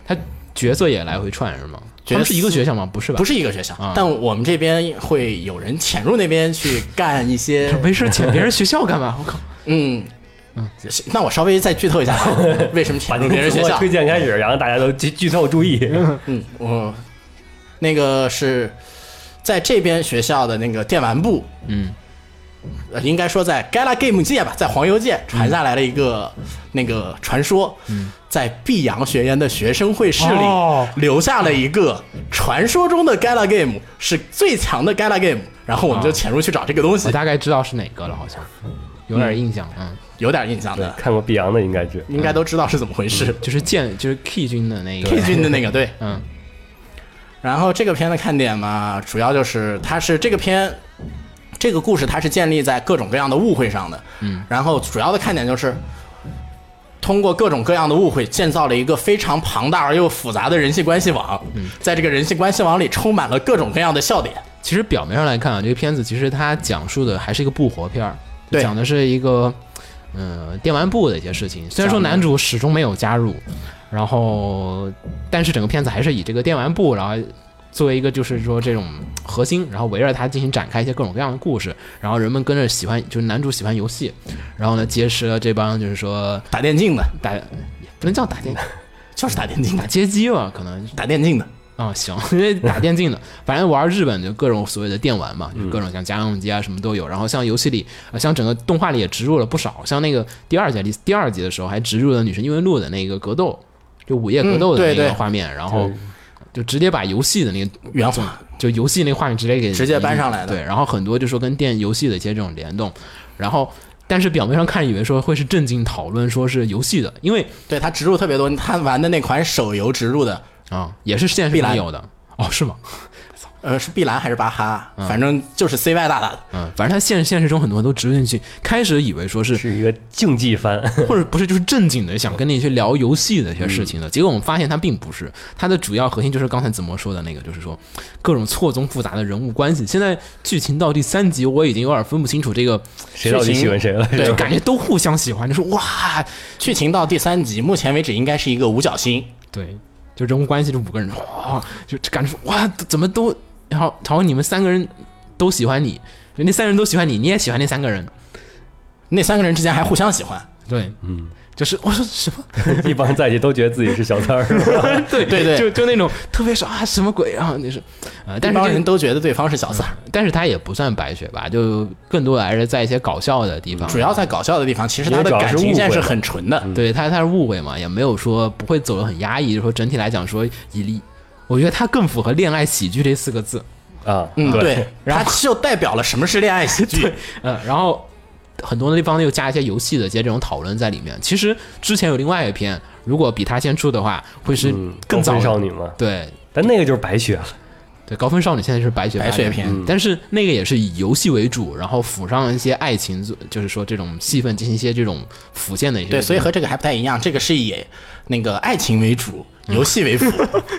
他角色也来回串是吗？角色他们是一个学校吗？不是吧？不，是一个学校，啊但我们这边会有人潜入那边去干一些，没事潜别人学校干嘛？我靠，嗯。那我稍微再剧透一 下吧，为什么把潜入你别人学校推？荐开始，然后大家都剧剧透注意。 嗯，我那个是在这边学校的那个电玩部，嗯呃应该说在 Gala Game 界吧，在黄油界嗯传下来了一个那个传说，在碧阳学院的学生会室哦里留下了一个传说中的 Gala Game 是最强的 Gala Game，然后我们就潜入去找这个东 西我，大概知道是哪个了，好像有点印象，嗯，有点印象的。看过《碧昂》的应该是，应该都知道是怎么回事。就是剑，就是 K 军的那个 K 君的那个对，嗯然后这个片的看点嘛，主要就是它是这个片，这个故事它是建立在各种各样的误会上的，嗯，然后主要的看点就是通过各种各样的误会，建造了一个非常庞大而又复杂的人际关系网，嗯，在这个人际关系网里充满了各种各样的笑点，其实表面上来看啊，这个片子其实它讲述的还是一个不活片儿，对讲的是一个嗯、呃电玩部的一些事情。虽然说讲的男主始终没有加入，然后但是整个片子还是以这个电玩部，然后作为一个就是说这种核心，然后围绕它进行展开一些各种各样的故事。然后人们跟着喜欢，就是男主喜欢游戏，然后呢结识了这帮就是说打电竞的打也不能叫打电就是打电竞的打，街机吧，可能打电竞的，啊、行， 因为打电竞的，反正玩日本就各种所谓的电玩嗯嘛，就各种像家用机啊什么都有。然后像游戏里，呃像整个动画里也植入了不少，像那个第二集第第二集的时候还植入了《女神异闻录》的那个格斗，就午夜格斗嗯的那对个对画面，然后就直接把游戏的那个原话就游戏那个画面直接给直接搬上来的对，然后很多就说跟电游戏的一些这种联动，然后但是表面上看以为说会是正经讨论说是游戏的，因为对他植入特别多，他玩的那款手游植入的，啊、也是现实碧蓝里有的哦，是吗？呃，是碧蓝还是巴哈，反正就是 CY 大大的。嗯，反正他现现实中很多都植入进去，开始以为说是是一个竞技番， 或者不是就是正经的想跟你去聊游戏的一些事情的，结果我们发现他并不是，他的主要核心就是刚才子墨说的那个，就是说各种错综复杂的人物关系。现在剧情到第三集，我已经有点分不清楚这个谁到底喜欢谁了？对是，吧感觉都互相喜欢，就是哇，剧情到第三集，目前为止应该是一个五角星，对，就人物关系这五个人，哇，就就感觉哇，怎么都，然后然后你们三个人都喜欢你，那三个人都喜欢你，你也喜欢那三个人，那三个人之间还互相喜欢。对，嗯，就是我说什么？ 一帮人在一起都觉得自己是小三儿，是吧 对对对就就那种特别是啊什么鬼啊那是，呃，但是一帮这嗯人都觉得对方是小三儿，但是他也不算白雪吧，就更多的还是在一些搞笑的地方，主要在搞笑的地方，其实因他为的主要是感情线误会是嘛很纯的。对他他是误会嘛，也没有说不会走得很压抑，就说整体来讲说一粒，我觉得他更符合恋爱喜剧这四个字，啊，嗯，对，它就代表了什么是恋爱喜剧。嗯，然后很多地方又加一些游戏的一些这种讨论在里面。其实之前有另外一篇，如果比他先出的话，会是更早高的分少女嘛，对但那个就是白雪了，对，高分少女现在是白雪白雪篇篇，但是那个也是以游戏为主，然后辅上一些爱情，就是说这种戏份进行一些这种辅线的一些。对，所以和这个还不太一样，这个是以那个爱情为主，游戏为辅。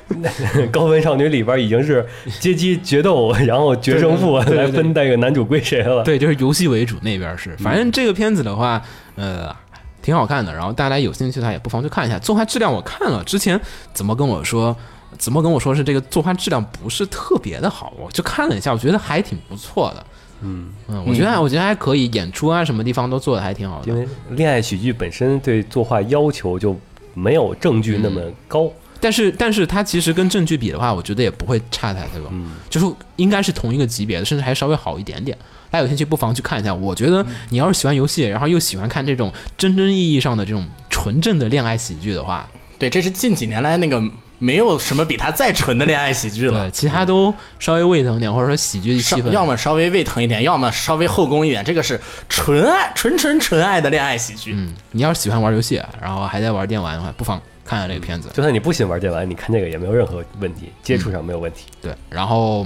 高分少女里边已经是阶级 决斗，然后决胜负对对对来对对分那个男主归谁了。对，就是游戏为主那边是，反嗯正这个片子的话，呃，挺好看的。然后大家有兴趣的话，也不妨去看一下。作画质量我看了，之前怎么跟我说，怎么跟我说是这个作画质量不是特别的好，我就看了一下，我觉得还挺不错的。嗯我觉得还我觉得还可以，演出啊什么地方都做的还挺好因的。为恋爱喜剧本身对作画要求就没有正剧那么嗯高，但是但是它其实跟正剧比的话，我觉得也不会差太多，就是应该是同一个级别的，甚至还稍微好一点点。大家有兴趣不妨去看一下。我觉得你要是喜欢游戏，然后又喜欢看这种真正意义上的这种纯正的恋爱喜剧的话，对，这是近几年来那个没有什么比它再纯的恋爱喜剧了对，。其他都稍微胃疼点，或者说喜剧稍气氛，要么稍微胃疼一点，要么稍微后宫一点，这个是纯爱、纯纯纯爱的恋爱喜剧。嗯，你要是喜欢玩游戏，然后还在玩电玩的话，不妨看看这个片子。就算你不喜欢玩电玩，你看这个也没有任何问题，接触上没有问题。对，然后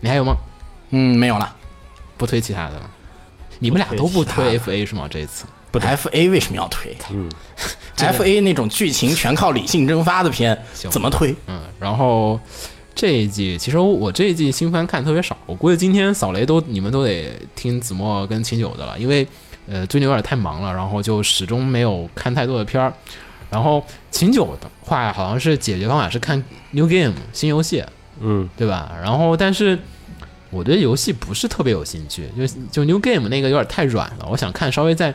你还有吗？嗯，没有了。不推其他的了。你们俩都不推 FA 是吗？这一次，不 F A 为什么要推？嗯，F A 那种剧情全靠理性蒸发的片，行怎么推？嗯，然后这一季其实我这一季新番看得特别少，我估计今天扫雷都你们都得听子墨跟秦九的了，因为呃最近有点太忙了，然后就始终没有看太多的片儿。然后秦九的话好像是解决方法是看 New Game 新游戏，嗯，对吧？然后但是我对游戏不是特别有兴趣，就就 New Game 那个有点太软了，我想看稍微再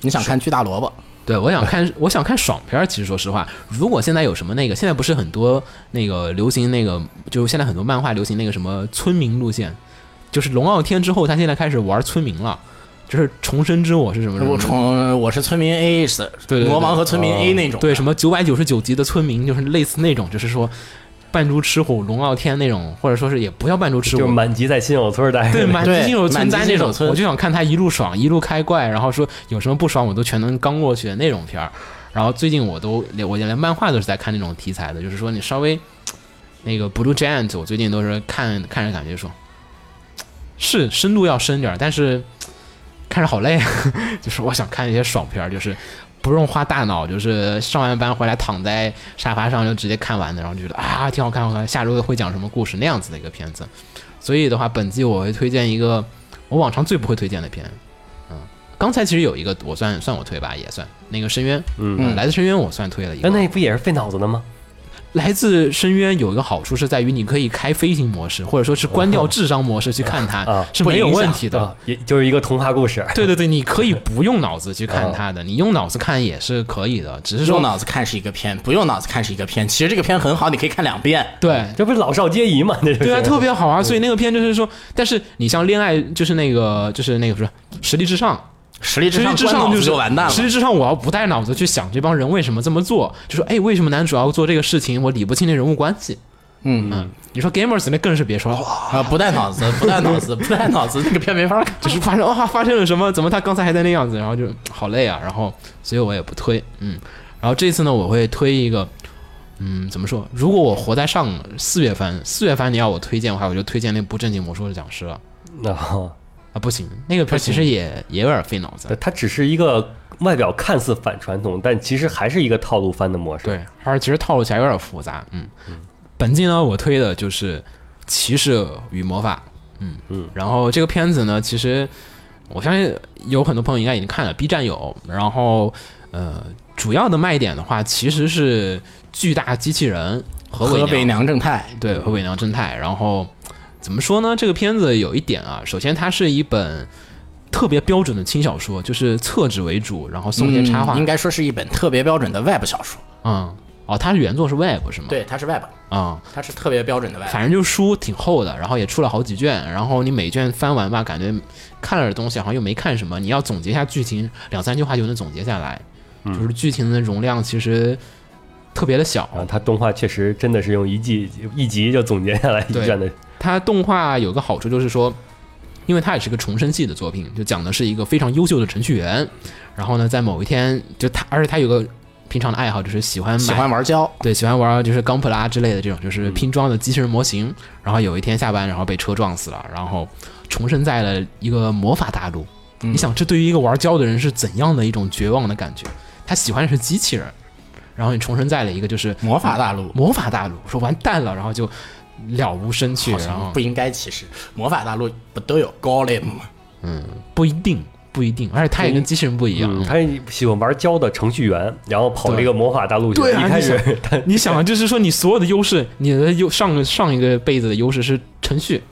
你想看巨大萝卜？对，我想看，我想看爽片儿。其实说实话，如果现在有什么那个，现在不是很多那个流行那个，就是现在很多漫画流行那个什么村民路线，就是龙傲天之后，他现在开始玩村民了，就是重生之我是什么什我么。从我是村民 A 是嗯对对对魔王和村民 A 那种。对，什么九百九十九级的村民，就是类似那种，就是说扮猪吃虎、龙傲天那种，或者说是也不要扮猪吃就是虎，满级在新手村待着，对，满级对新手村满级在那新手种，村我就想看他一路爽，一路开怪，然后说有什么不爽我都全能刚过去的那种片儿。然后最近我都连我连漫画都是在看那种题材的，就是说你稍微那个 Blue Giant，我最近都是看看着感觉说是深度要深点儿，但是看着好累，啊 就是我想看一些爽片儿，就是。不用花大脑，就是上完班回来躺在沙发上就直接看完的，然后觉得啊挺好看，好看，下周会讲什么故事那样子的一个片子。所以的话，本季我会推荐一个我往常最不会推荐的片。嗯，刚才其实有一个我算算我推吧，也算那个深渊，呃嗯来自深渊我算推了一个。但那不也是费脑子的吗？来自深渊有一个好处是在于你可以开飞行模式，或者说是关掉智商模式去看它，啊是没有不影响问题的。啊，也就是一个童话 故事。对对对，你可以不用脑子去看它的，你用脑子看也是可以的，只是说用脑子看是一个片，不用脑子看是一个片。其实这个片很好，你可以看两遍。对这不是老少皆宜吗？这是对啊，特别好啊。所以那个片就是说，但是你像恋爱，就是那个就是那个不是实力至上，实力实至力上，至关上脑就子是就完蛋了实。力至上，我要不带脑子去想这帮人为什么这么做，就说哎，为什么男主要做这个事情，我理不清这人物关系。嗯嗯，你说 gamers 那更是别说了，哇，啊，不带脑 子，不带脑子，不带脑子，那个片没法看。就是发生哇发生了什么？怎么他刚才还在那样子？然后就好累啊，然后所以我也不推，嗯。然后这次呢，我会推一个，嗯，怎么说？如果我活在上四月番，四月番你要我推荐的话，我就推荐那不正经魔术的讲师了 啊，啊，不行，那个片儿其实也也有点费脑子。它只是一个外表看似反传统，但其实还是一个套路番的模式。，对，还是其实套路起来有点复杂。嗯，本季呢，我推的就是《骑士与魔法》。嗯嗯，然后这个片子呢，其实我相信有很多朋友应该已经看了，B 站有。然后呃，主要的卖点的话，其实是巨大机器人和河北伪娘，娘正太，对，和伪娘正太。然后怎么说呢？这个片子有一点啊，首先它是一本。特别标准的轻小说，就是侧纸为主，然后送一些插画。嗯应该说是一本特别标准的 Web 小说。嗯，哦，它是原作是 Web 是吗？对，它是 Web，啊、它是特别标准的 Web。嗯反正就是书挺厚的，然后也出了好几卷，然后你每卷翻完吧，感觉看了点东西好像又没看什么，你要总结一下剧情，两三句话就能总结下来，就是剧情的容量其实特别的小。然后啊它动画确实真的是用一季一集就总结下来一对卷的，它动画有个好处就是说，因为它也是个重生系的作品，就讲的是一个非常优秀的程序员，然后呢，在某一天就他，而且他有个平常的爱好就是喜欢买喜欢玩胶，对，喜欢玩就是钢普拉之类的这种，就是嗯拼装的机器人模型。然后有一天下班，然后被车撞死了，然后重生在了一个魔法大陆。嗯你想，这对于一个玩胶的人是怎样的一种绝望的感觉？他喜欢的是机器人，然后你重生在了一个就是魔法大陆魔法大陆，说完蛋了，然后就了无生趣，好然后像不应该。其实魔法大陆不都有 Golem 吗？不一定，不一定，而且他也跟机器人不一样。嗯嗯他喜欢玩胶的程序员，然后跑这个魔法大陆去。对啊一开始 你他你想啊，就是说你所有的优势，你的优上上一个辈子的优势是程序，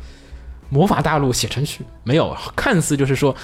魔法大陆写程序没有，看似就是说，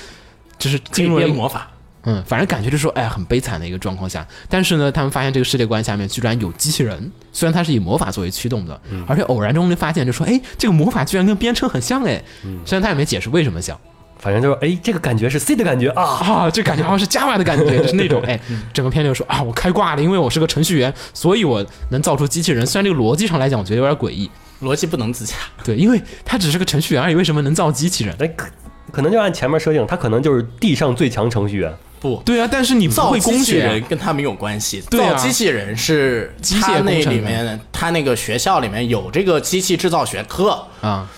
就是进入可了以一编魔法，嗯，反正感觉就是说，哎，很悲惨的一个状况下，但是呢，他们发现这个世界观下面居然有机器人，虽然它是以魔法作为驱动的，嗯而且偶然中就发现就说，哎，这个魔法居然跟编程很像，哎，嗯虽然他也没解释为什么像。反正就是哎，这个感觉是 C 的感觉啊，啊，这感觉好像是 Java 的感 觉，就是那种哎，嗯整个片就说啊，我开挂了，因为我是个程序员，所以我能造出机器人。虽然这个逻辑上来讲，我觉得有点诡异，逻辑不能自洽。对，因为他只是个程序员而已，为什么能造机器人？哎可可能就按前面设定，他可能就是地上最强程序员。不，对啊，但是你不造会机工器学啊人，跟他没有关系。对啊造机器人是机械他那工程里面，他那个学校里面有这个机器制造学科。啊，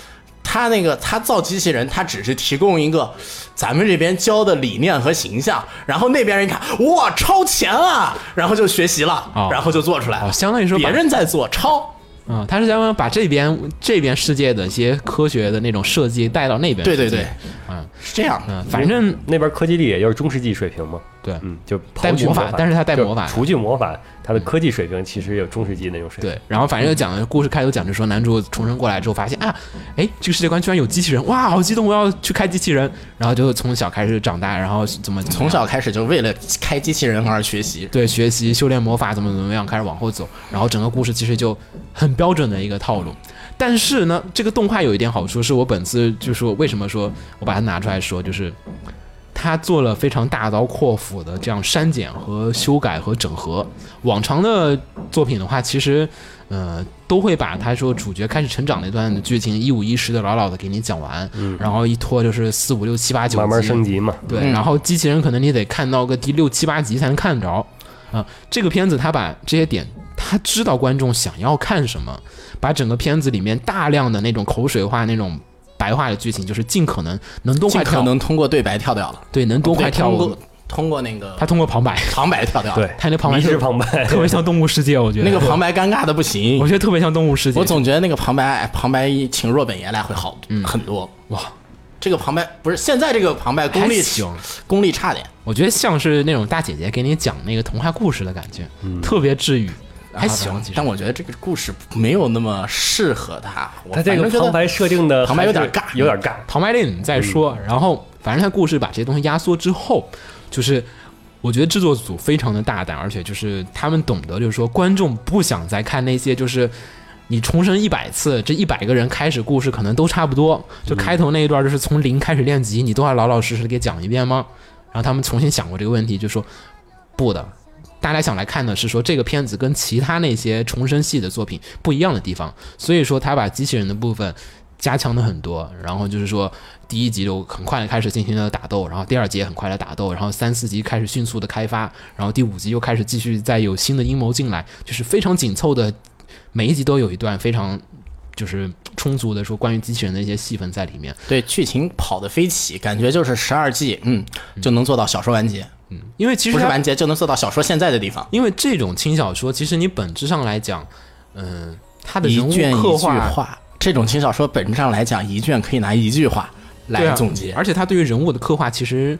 他那个他造机器人，他只是提供一个咱们这边教的理念和形象，然后那边人看哇超前啊，然后就学习了，哦然后就做出来了。哦相当于说把别人在做抄，啊，他是想把这边这边世界的一些科学的那种设计带到那边对世界。对对，嗯是这样的。嗯，反正那边科技力也就是中世纪水平嘛，对嗯，就带刨去魔法法，但是它带就魔法除去魔法，它的科技水平其实有中世纪那种水平。对，然后反正就讲的故事开头讲就说男主重生过来之后发现啊，哎，这个世界观居然有机器人，哇，好激动，我要去开机器人，然后就从小开始长大，然后怎么怎么样从小开始就为了开机器人而学习，对学习修炼魔法怎么怎么样开始往后走，然后整个故事其实就很标准的一个套路。但是呢，这个动画有一点好处，是我本次就说为什么说我把它拿出来说，就是他做了非常大刀阔斧的这样删减和修改和整合。往常的作品的话，其实呃都会把他说主角开始成长那段的剧情一五一十的牢牢的给你讲完，然后一拖就是四五六七八九嗯慢慢集升级嘛，对，嗯然后机器人可能你得看到个第六七八集才能看得着。啊、这个片子他把这些点，他知道观众想要看什么，把整个片子里面大量的那种口水话、那种白话的剧情，就是嗯尽可能能多尽快可跳，能通过对白跳掉了，对，能多快跳对我通过通过那个他通过旁 白，旁白跳掉了，对，他那旁白迷是之旁白，特别像《动物世界》，我觉得那个旁白尴尬的不行我。觉得特别像《动物世界》。我总觉得那个旁白，哎旁白一请若本爷来会好很多。哇，这个旁白不是现在这个旁白功力还行，功力差点，我觉得像是那种大姐姐给你讲那个童话故事的感觉，特别治愈，啊还行。其实嗯但我觉得这个故事没有那么适合他。我他这个反正觉得旁白设定的旁白有点尬还是有点尬。旁白令再说，然后反正他故事把这些东西压缩之后，就是我觉得制作组非常的大胆，而且就是他们懂得就是说观众不想再看那些就是。你重生一百次，这一百个人开始故事可能都差不多。就开头那一段，就是从零开始练级，你都要老老实实的给讲一遍吗？然后他们重新想过这个问题，就说不的，大家想来看的是说这个片子跟其他那些重生系的作品不一样的地方，所以说他把机器人的部分加强的很多，然后就是说第一集就很快的开始进行了打斗，然后第二集也很快的打斗，然后三四集开始迅速的开发，然后第五集又开始继续再有新的阴谋进来，就是非常紧凑的，每一集都有一段非常。就是充足的说关于机器人的一些戏份在里面，对剧情跑得飞起，感觉就是十二季，嗯，就能做到小说完结，因为其实不是它完结就能做到小说现在的地方。因为这种轻小说，其实你本质上来讲，嗯、它的一人物卷一刻句画话，这种轻小说本质上来讲，一卷可以拿一句话对来啊总结。而且他对于人物的刻画其实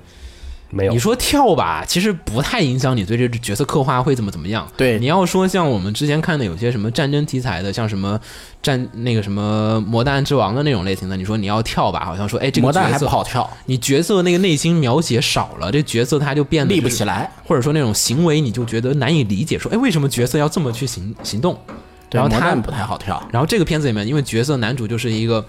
没有你。说跳吧，其实不太影响你对这角色刻画会怎么怎么样。对你要说像我们之前看的有些什么战争题材的，像什么战那个什么《魔弹之王》的那种类型的，你说你要跳吧，好像说哎这个魔弹角还色不好跳，你角色那个内心描写少了，这角色他就变得立不就是起来，或者说那种行为你就觉得难以理解，说哎为什么角色要这么去行行动？对然后魔他弹不太好跳。然后这个片子里面，因为角色男主就是一个，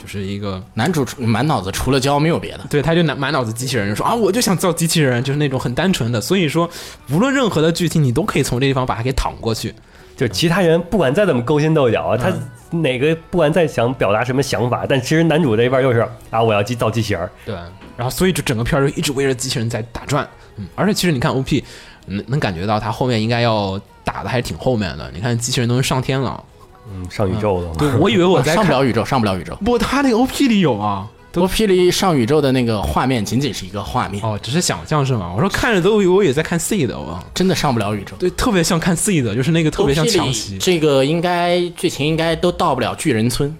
就是一个，男主除满脑子除了胶没有别的，对，他就满满脑子机器人，就说啊，我就想造机器人，就是那种很单纯的。所以说，无论任何的剧情，你都可以从这地方把它给淌过去。就其他人不管再怎么勾心斗角嗯啊，他哪个不管再想表达什么想法，但其实男主这一边就是啊，我要机造机器人儿，对，然后所以就整个片儿就一直围着机器人在打转。嗯，而且其实你看 OP，能能感觉到他后面应该要打的还是挺后面的。你看机器人都能上天了，嗯，上宇宙了嘛。对我以为我在啊上看不，了宇宙，上不了宇宙。不，他那个 OP 里有啊。多霹雳上宇宙的那个画面仅仅是一个画面，哦，只是想象是吗？我说看着都以为我也在看 C 的，我真的上不了宇宙。对，特别像看 C 的，就是那个特别像强袭。这个应该剧情应该都到不了巨人村。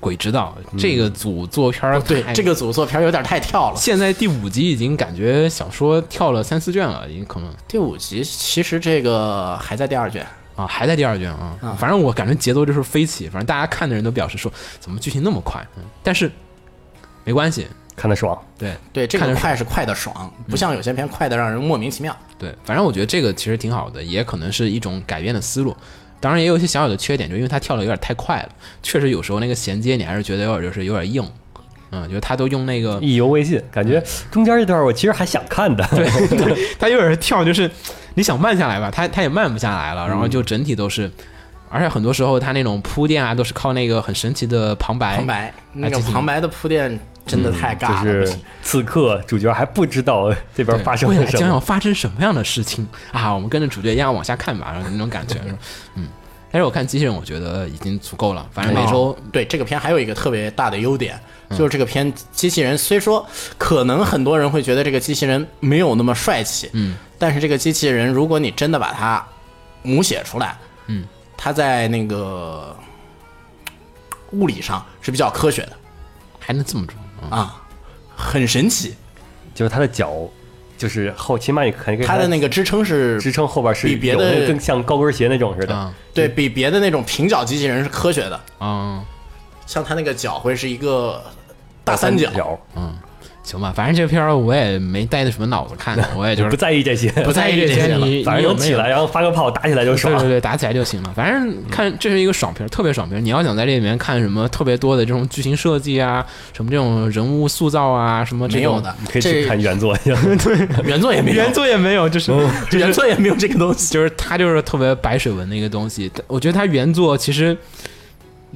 鬼知道这个组做片儿、对，这个组做片儿有点太跳了。现在第五集已经感觉小说跳了三四卷了，已经可能第五集其实这个还在第二卷，啊还在第二卷啊，反正我感觉节奏就是飞起，反正大家看的人都表示说怎么剧情那么快，嗯但是没关系， 看得爽，对对这看个着爽嗯快是快的爽，不像有些片快的让人莫名其妙。对，反正我觉得这个其实挺好的，也可能是一种改编的思路。当然也有一些小小的缺点，就因为它跳的有点太快了，确实有时候那个衔接你还是觉得有点就是有点硬，嗯，就是他都用那个意犹未尽，感觉中间这段我其实还想看的。对， 他有点跳，就是你想慢下来吧，他他也慢不下来了，然后就整体都是，而且很多时候他那种铺垫啊，都是靠那个很神奇的旁白。旁白那哎种这是旁白的铺垫真的太尬嗯了，就是不行此刻主角还不知道这边对发生未 了来什将么要，发生什么样的事情啊？我们跟着主角一样往下看吧，然后那种感觉，嗯。但是我看机器人，我觉得已经足够了。反正每周哦对这个片还有一个特别大的优点，就是这个片机器人虽说可能很多人会觉得这个机器人没有那么帅气，嗯，但是这个机器人如果你真的把它母写出来，嗯，它在那个物理上是比较科学的还能这么做，嗯啊，很神奇。就是他的脚，就是后起码你可以它的那个个支撑是支撑后边是比别有的那个更像高跟鞋那种似的啊。对比别的那种平角机器人是科学的，嗯像它那个脚会是一个大三角，角，嗯，行吧。反正这片儿我也没带着什么脑子看，我也就是不在意这些，不在意这些了你 反正能起来，然后发个炮打起来就爽对。对对，打起来就行了。反正看这是一个爽片儿，特别爽片儿。你要想在这里面看什么特别多的这种剧情设计啊，什么这种人物塑造啊，什么这没种有的，你可以去看原作， 原作也没有，原作也没有，就是、 原作也没有这个东西。就是它就是特别白水文的一个东西。我觉得它原作其实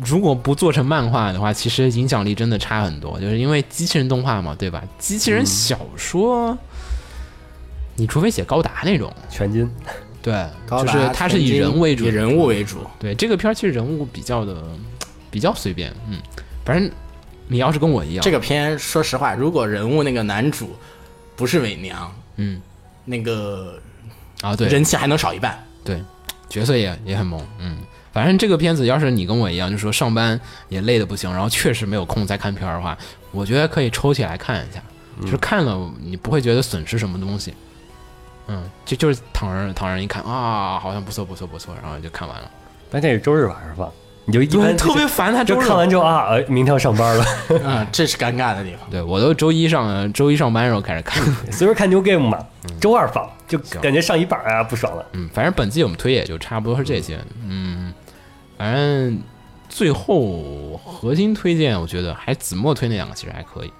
如果不做成漫画的话，其实影响力真的差很多，就是因为机器人动画嘛，对吧？机器人小说，你除非写高达那种， 全金对，高就达是它是以曾经人为主的以人物为主。对，这个片儿其实人物比较的比较随便，嗯，反正你要是跟我一样，这个个片说实话，如果人物那个男主不是伪娘，嗯，那个啊对，人气还能少一半。对，角色也也很萌，嗯，反正这个片子要是你跟我一样，就说上班也累的不行，然后确实没有空再看片儿的话，我觉得可以抽起来看一下，嗯就是看了你不会觉得损失什么东西，嗯，就就是躺着躺着一看啊，好像不错不错不错，然后就看完了，但这是周日晚上放，你就一般特别烦他就周日看完之后啊，呃明天要上班 了。嗯，这是尴尬的地方。对我都周一上周一上班的时候开始看。随便看 New Game 嘛，周二放，就感觉上一半啊不爽了。嗯，反正本季我们推也就差不多是这些。嗯，反正最后核心推荐，我觉得还子墨推那两个其实还可以，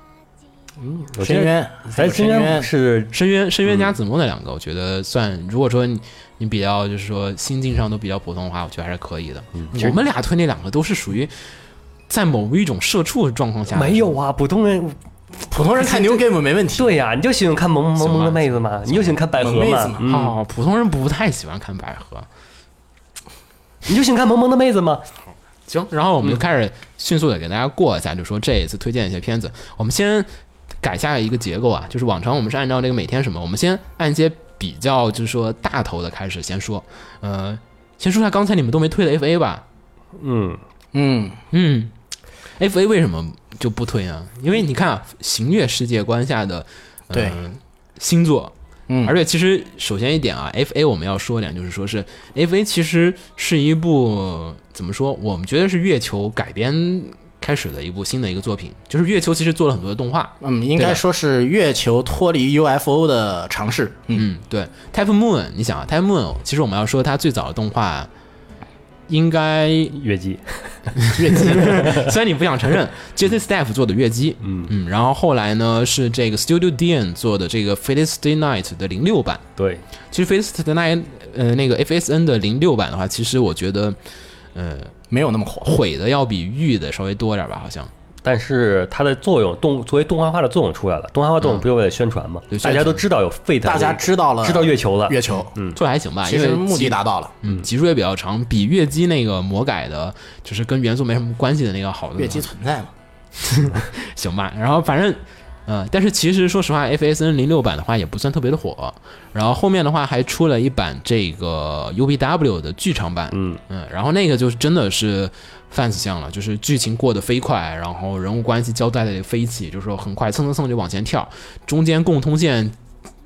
我觉深得渊，咱还有深深渊渊，是深渊深嗯渊加子墨那两个，我觉得算。如果说你你比较就是说心境上都比较普通的话，我觉得还是可以的。嗯我们俩推那两个都是属于在某一种社畜状况下没有啊，普通人普通人看 New Game 没问题。对呀、你就喜欢看萌萌萌萌的妹子嘛，你就喜欢看百合萌妹子嘛嗯哦，普通人不太喜欢看百合。你就喜欢看萌萌的妹子嘛。行，然后我们就开始迅速的给大家过一下，就说这一次推荐一些片子。我们先改下一个结构啊，就是往常我们是按照这个每天什么，我们先按一些比较就是说大头的开始先说。呃，先说一下刚才你们都没推的 FA 吧。嗯，嗯，嗯，FA 为什么就不推呢？因为你看啊，行月世界观下的，呃对，星座。嗯而且其实首先一点啊，F A 我们要说一点，就是说是 F A 其实是一部怎么说？我们觉得是月球改编开始的一部新的一个作品，就是月球其实做了很多的动画，嗯，应对该吧说是月球脱离 UFO 的尝试。嗯，嗯，对，Type Moon，你想啊，Type Moon，其实我们要说它最早的动画，应 该月姬，月姬，虽然你不想承认，J.C. Staff 做的月姬，嗯嗯，然后后来呢是这个 Studio Dean 做的这个 Felicity Night 的零六版，对，其实 Felicity Night，呃，那个 FSN 的零六版的话，其实我觉得呃没有那么火。毁的要比玉的稍微多点儿吧，好像。但是它的作用动作为动画化的作用出来了，动画化作用不就为了宣传吗？对大宣家传都知道有 Fate，大家知道了，知道月球了，月球，做的还行吧，嗯嗯啊其因为实目的达到了。嗯，集数也比较长，比月姬那个魔改的，就是跟元素没什么关系的那个好的月姬存在嘛？行吧。然后反正，呃，但是其实说实话，FSN 零六版的话也不算特别的火。然后后面的话还出了一版这个 UBW 的剧场版，嗯然后那个就是真的是 fans 向了，就是剧情过得飞快，然后人物关系交代的也飞起，就是说很快蹭蹭蹭就往前跳，中间共通线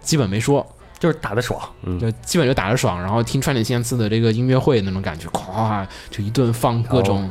基本没说，就是打的爽，嗯，就基本就打得爽，然后听川点线次的这个音乐会那种感觉，咵就一顿放各种。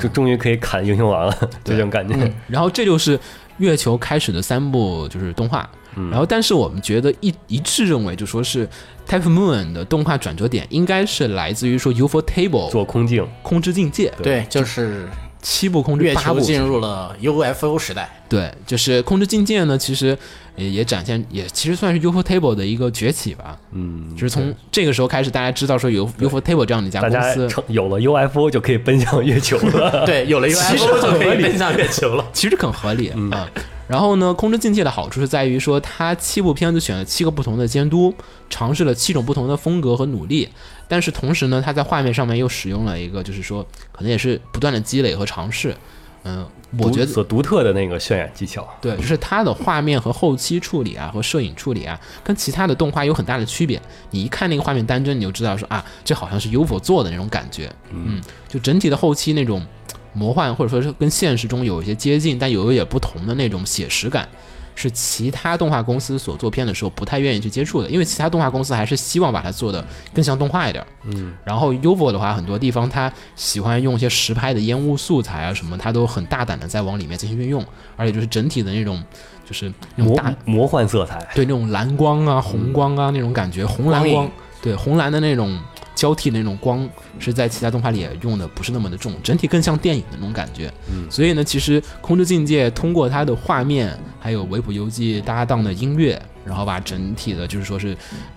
就终于可以砍英雄王了，就这种感觉。然后这就是月球开始的三部就是动画。然后，但是我们觉得一一致认为，就说是 Type Moon 的动画转折点应该是来自于说 UFO Table 做空镜，空之境界对，就是七部空之月八球部进入了 UFO 时代。对，就是空之境界呢，其实也也展现也其实算是 UFO Table 的一个崛起吧。嗯，就是从这个时候开始，大家知道说有 UFO Table 这样的一家大公家司，成有了 UFO 就可以奔向月球 了。 对，有了 UFO 就可以奔向月球了。其实很合理啊。然后呢，空之境界的好处是在于说，它七部片子选了七个不同的监督，尝试了七种不同的风格和努力。但是同时呢，它在画面上面又使用了一个，就是说，可能也是不断的积累和尝试。嗯，我觉得所独特的那个渲染技巧，对，就是它的画面和后期处理啊，和摄影处理啊，跟其他的动画有很大的区别。你一看那个画面单帧，你就知道说啊，这好像是 UFO 做的那种感觉。嗯，就整体的后期那种魔幻，或者说是跟现实中有一些接近，但有一点不同的那种写实感，是其他动画公司所做片的时候不太愿意去接触的，因为其他动画公司还是希望把它做的更像动画一点。嗯，然后 UFO 的话，很多地方它喜欢用一些实拍的烟雾素材啊什么，它都很大胆的在往里面进行运用，而且就是整体的那种。就是那种魔大魔幻色彩，对那种蓝光啊、红光啊那种感觉，红蓝嗯光影光，对红蓝的那种交替的那种光，是在其他动画里也用的不是那么的重，整体更像电影的那种感觉。嗯，所以呢，其实《空之境界》通过它的画面，还有维普游记搭档的音乐，然后把整体的，就是说是，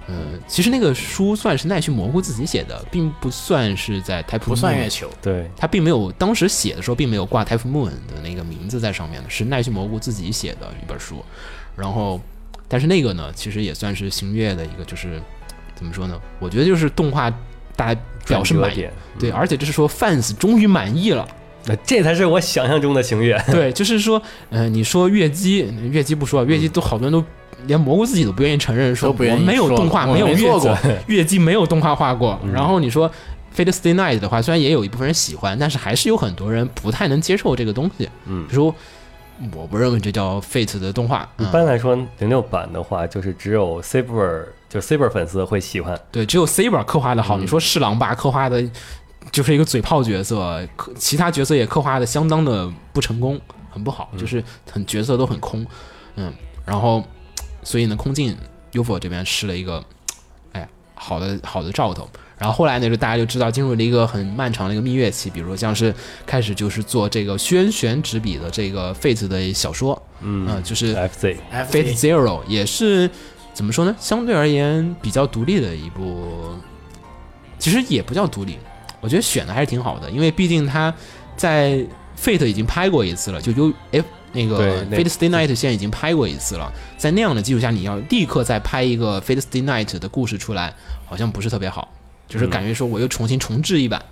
呃，其实那个书算是奈绪蘑菇自己写的，并不算是在 Type 不算 Moon 月球，对，他并没有当时写的时候并没有挂 Type Moon 的那个名字在上面的，是奈绪蘑菇自己写的一本书。然后，但是那个呢，其实也算是星月的一个，就是怎么说呢？我觉得就是动画大家表示转满折意点，嗯对，而且就是说 fans 终于满意了。那这才是我想象中的行月。 对，就是说，呃，你说月姬，月姬不说，月姬都好多人都连蘑菇自己都不愿意承认，说都不愿我意没有说动画，我没有没月做子 过，嗯月姬没有动画画过。然后你说《Fate Stay Night》的话，虽然也有一部分人喜欢，但是还是有很多人不太能接受这个东西。嗯，比如说我不认为这叫 Fate 的动画，一嗯、般来说，零六版的话，就是只有 Saber 就 Saber 粉丝会喜欢，对，只有 Saber 刻画的好。你说侍郎吧，刻画的就是一个嘴炮角色，刻其他角色也刻画的相当的不成功，很不好，就是很角色都很空，嗯，然后所以呢，空镜 UFO 这边试了一个，哎呀，好的好的兆头。然后后来呢，就大家就知道进入了一个很漫长的一个蜜月期，比如说像是开始就是做这个轩辕执笔的这个 Fate 的小说，嗯、就是。 FC Fate FZ Zero 也是怎么说呢？相对而言比较独立的一部，其实也不叫独立，我觉得选的还是挺好的，因为毕竟他在 Fate 已经拍过一次了，就 U F 那个对那 Fate Stay Night 现在已经拍过一次了，在那样的基础下，你要立刻再拍一个 Fate Stay Night 的故事出来，好像不是特别好，嗯就是感觉说我又重新重置一版，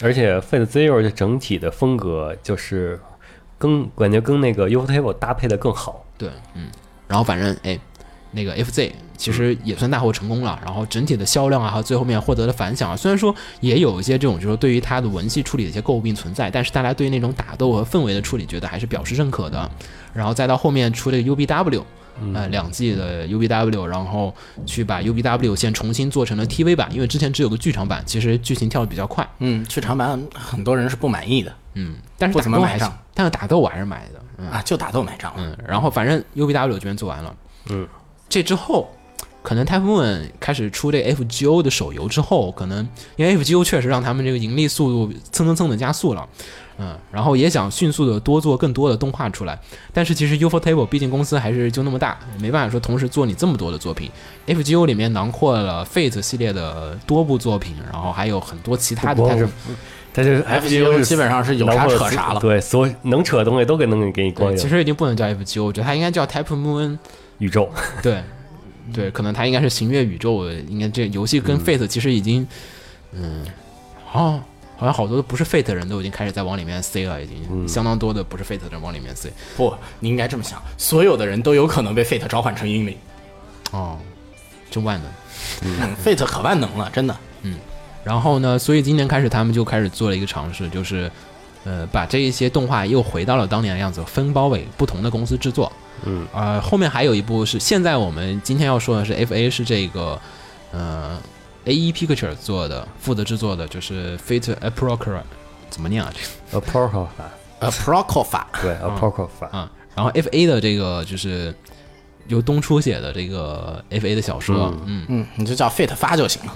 而且 Fate Zero 的整体的风格就是跟感觉跟那个 UFO Table 搭配的更好，对，嗯，然后反正哎，那个 FZ 其实也算大获成功了，嗯然后整体的销量啊和最后面获得的反响啊，虽然说也有一些这种就是对于它的文戏处理的一些诟病存在，但是大家对那种打斗和氛围的处理，觉得还是表示认可的。然后再到后面出这个 UBW，嗯呃，两季的 UBW，然后去把 UBW 线重新做成了 TV 版，因为之前只有个剧场版，其实剧情跳的比较快，嗯，剧场版很多人是不满意的嗯，但是不怎么打斗买还是账，但是打斗我还是买的，嗯啊，就打斗买账了。嗯，然后反正 UBW 这边做完了，嗯，这之后，可能 Type Moon 开始出这 FGO 的手游之后，可能因为 FGO 确实让他们这个盈利速度蹭蹭蹭的加速了，嗯，然后也想迅速的多做更多的动画出来，但是其实 UFO Table 毕竟公司还是就那么大，没办法说同时做你这么多的作品。FGO 里面囊括了 Fate 系列的多部作品，然后还有很多其他的不 Type 是 Moon，他这 FGO 基本上是有啥扯啥了对，所有能扯的东西都给能给你光对，其影实已经不能叫 FGO，我觉得它应该叫 Type Moon 宇 宙。 对，对，可能它应该是行月宇宙的，应该这游戏跟 Fate 其实已经，嗯，哦，好像好多都不是 Fate 的人都已经开始在往里面塞了，已经相当多的不是 Fate 的人往里面塞。不，你应该这么想，所有的人都有可能被 Fate 召唤成英灵。哦，真万能。嗯，Fate 可万能了，真的。然后呢，所以今年开始他们就开始做了一个尝试，就是，呃，把这一些动画又回到了当年的样子，分包给不同的公司制作。嗯，呃，后面还有一部是现在我们今天要说的是 FA 是这个，呃，AE Picture 做的，负责制作的，就是 Fate a p r o c r a 怎么念啊？这个 a p o c r y p h 呃 p r o c o f a 对 a p o c r y p h 啊，然后 FA 的这个就是由东初写的这个 FA 的小说，嗯嗯，你就叫 Fate 发就行了。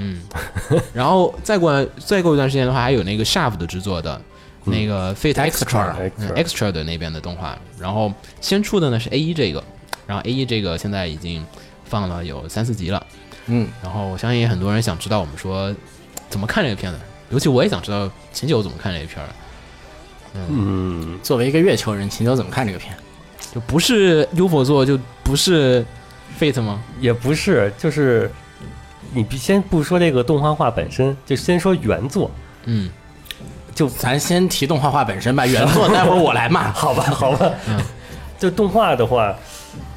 然后再过再过一段时间的话，还有那个 Shaft 制作的那个 Fate Extra， Extra 嗯 Extra Extra 的那边的动画，然后先出的呢是 A 一这个，然后 A 一这个现在已经放了有三四集了，嗯，然后我相信也很多人想知道我们说怎么看这个片子，尤其我也想知道秦九怎么看这个片儿，嗯，作为一个月球人，秦九怎么看这个片？就不是 UFO 做就不是 Fate 吗？也不是，就是你别先不说这个动画化本身，就先说原作。嗯，咱先提动画化本身吧，原作待会儿我来 骂。好吧，好吧，就动画的话，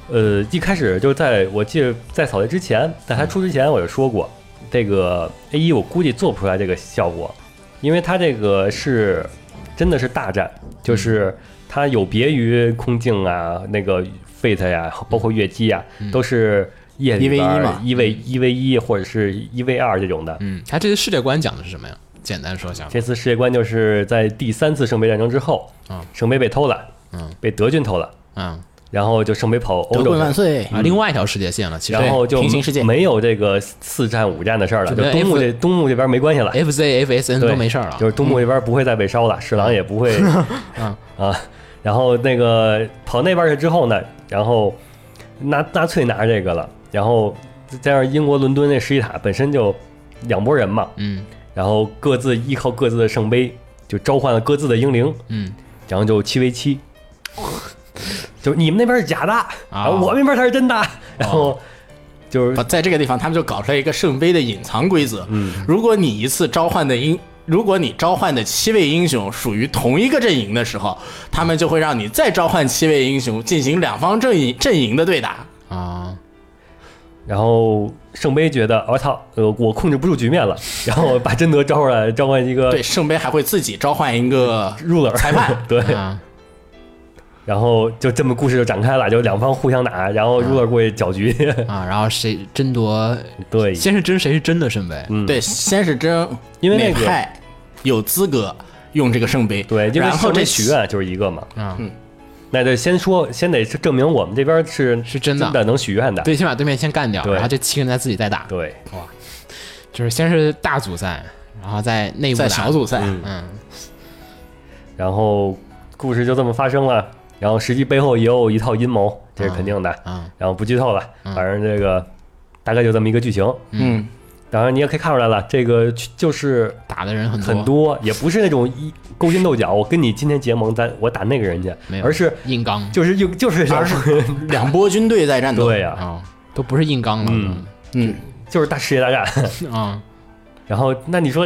呃，一开始就在我记得在草莓之前，在它出之前我就说过，这个 A 一我估计做不出来这个效果，因为它这个是真的是大战，就是它有别于空镜啊、那个 Fate 呀、包括月姬啊，都是夜里边 1v1 嘛一 v 一 v 一或者是一 v 二这种的。嗯，他这个世界观讲的是什么呀？简单说一下吧。这次世界观就是在第三次圣杯战争之后啊，圣杯被偷了，嗯被德军偷了。嗯然后就圣杯跑欧洲德棍去万了，岁！啊，另外一条世界线了，其实然后就平行世界没有这个四战五战的事儿了，就就没有东木 F- 这东木这边没关系了， FZ、FSN 对哎都没事儿了，就是东木这边不会再被烧了，侍郎也不会 嗯 啊，然后那个跑那边去之后呢，然后纳纳粹拿着这个了，然后加上英国伦敦那十字塔本身就两拨人嘛，嗯然后各自依靠各自的圣杯，就召唤了各自的英灵，嗯，然后就七 v 七，就是你们那边是假的，然后我们那边才是真的，然后就是不，在这个地方，他们就搞出来一个圣杯的隐藏规则。嗯，如果你一次召唤的英，如果你召唤的七位英雄属于同一个阵营的时候，他们就会让你再召唤七位英雄进行两方阵营阵营的对打。啊，然后圣杯觉得我、操，呃，我控制不住局面了，然后把贞德招出来，召唤一个对，圣杯还会自己召唤一个 ruler 裁判 对，啊，然后就这么故事就展开了，就两方互相打，然后 ruler 过去搅局，啊，然后谁争夺， 对，先是争谁是真的圣杯，嗯对，先是争因为哪那个派有资格用这个圣杯，对，因为然后圣这杯许愿就是一个嘛，啊，那就先说，先得证明我们这边是是真的能许愿的，对，先把对面先干掉，对然后这七个人再自己再打，对，就是先是大组赛，然后在内部在打小，组赛，嗯然后故事就这么发生了，然后实际背后也有一套阴谋，这是肯定的，啊，然后不剧透了，反正这个大概就这么一个剧情。嗯，当然你也可以看出来了，这个就是打的人很很多，也不是那种一勾心斗角，我跟你今天结盟，咱我打那个人去没，有，而是硬刚就是又就是 而是两波军队在战斗，对呀、啊，都不是硬刚了，嗯嗯，就是大世界大战。啊，然后那你说，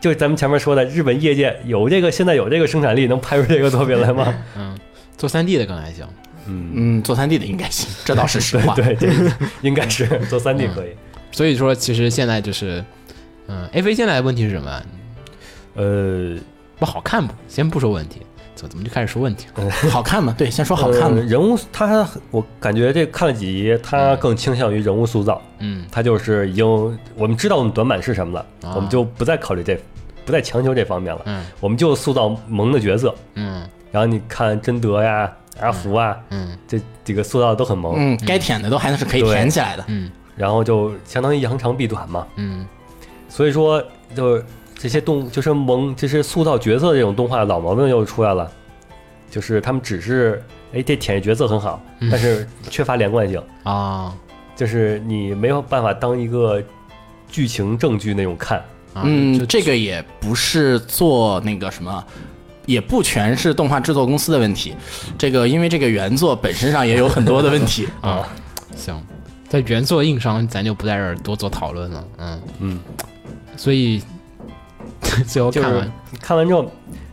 就咱们前面说的，日本业界有这个现在有这个生产力，能拍出这个作品来吗？嗯，做三 D 的可能还行，嗯，做三 D 的应该行，这倒是实话。对，这个应该是做三 D 可以。所以说其实现在就是，嗯，A 飞现在的问题是什么？呃，不好看不？先不说问题，怎怎么就开始说问题了？好看吗？对，先说好看呃吗？人物他，我感觉这看了几集，他更倾向于人物塑造，嗯他就是已经我们知道我们短板是什么了，啊我们就不再考虑这，不再强求这方面了，嗯我们就塑造萌的角色。嗯然后你看贞德呀、阿福啊，嗯这几个塑造的都很萌，嗯，该舔的都还是可以对舔起来的。嗯然后就相当于扬长避短嘛。嗯所以说，就是这些动，就是萌，就是塑造角色的这种动画老毛病又出来了，就是他们只是哎这舔角色很好，嗯但是缺乏连贯性，啊就是你没有办法当一个剧情正剧那种看。啊嗯，就这个也不是做那个什么。也不全是动画制作公司的问题，这个因为这个原作本身上也有很多的问 题啊行，在原作硬伤咱就不在这儿多做讨论了，嗯嗯，所以 最后就看是完看完之后，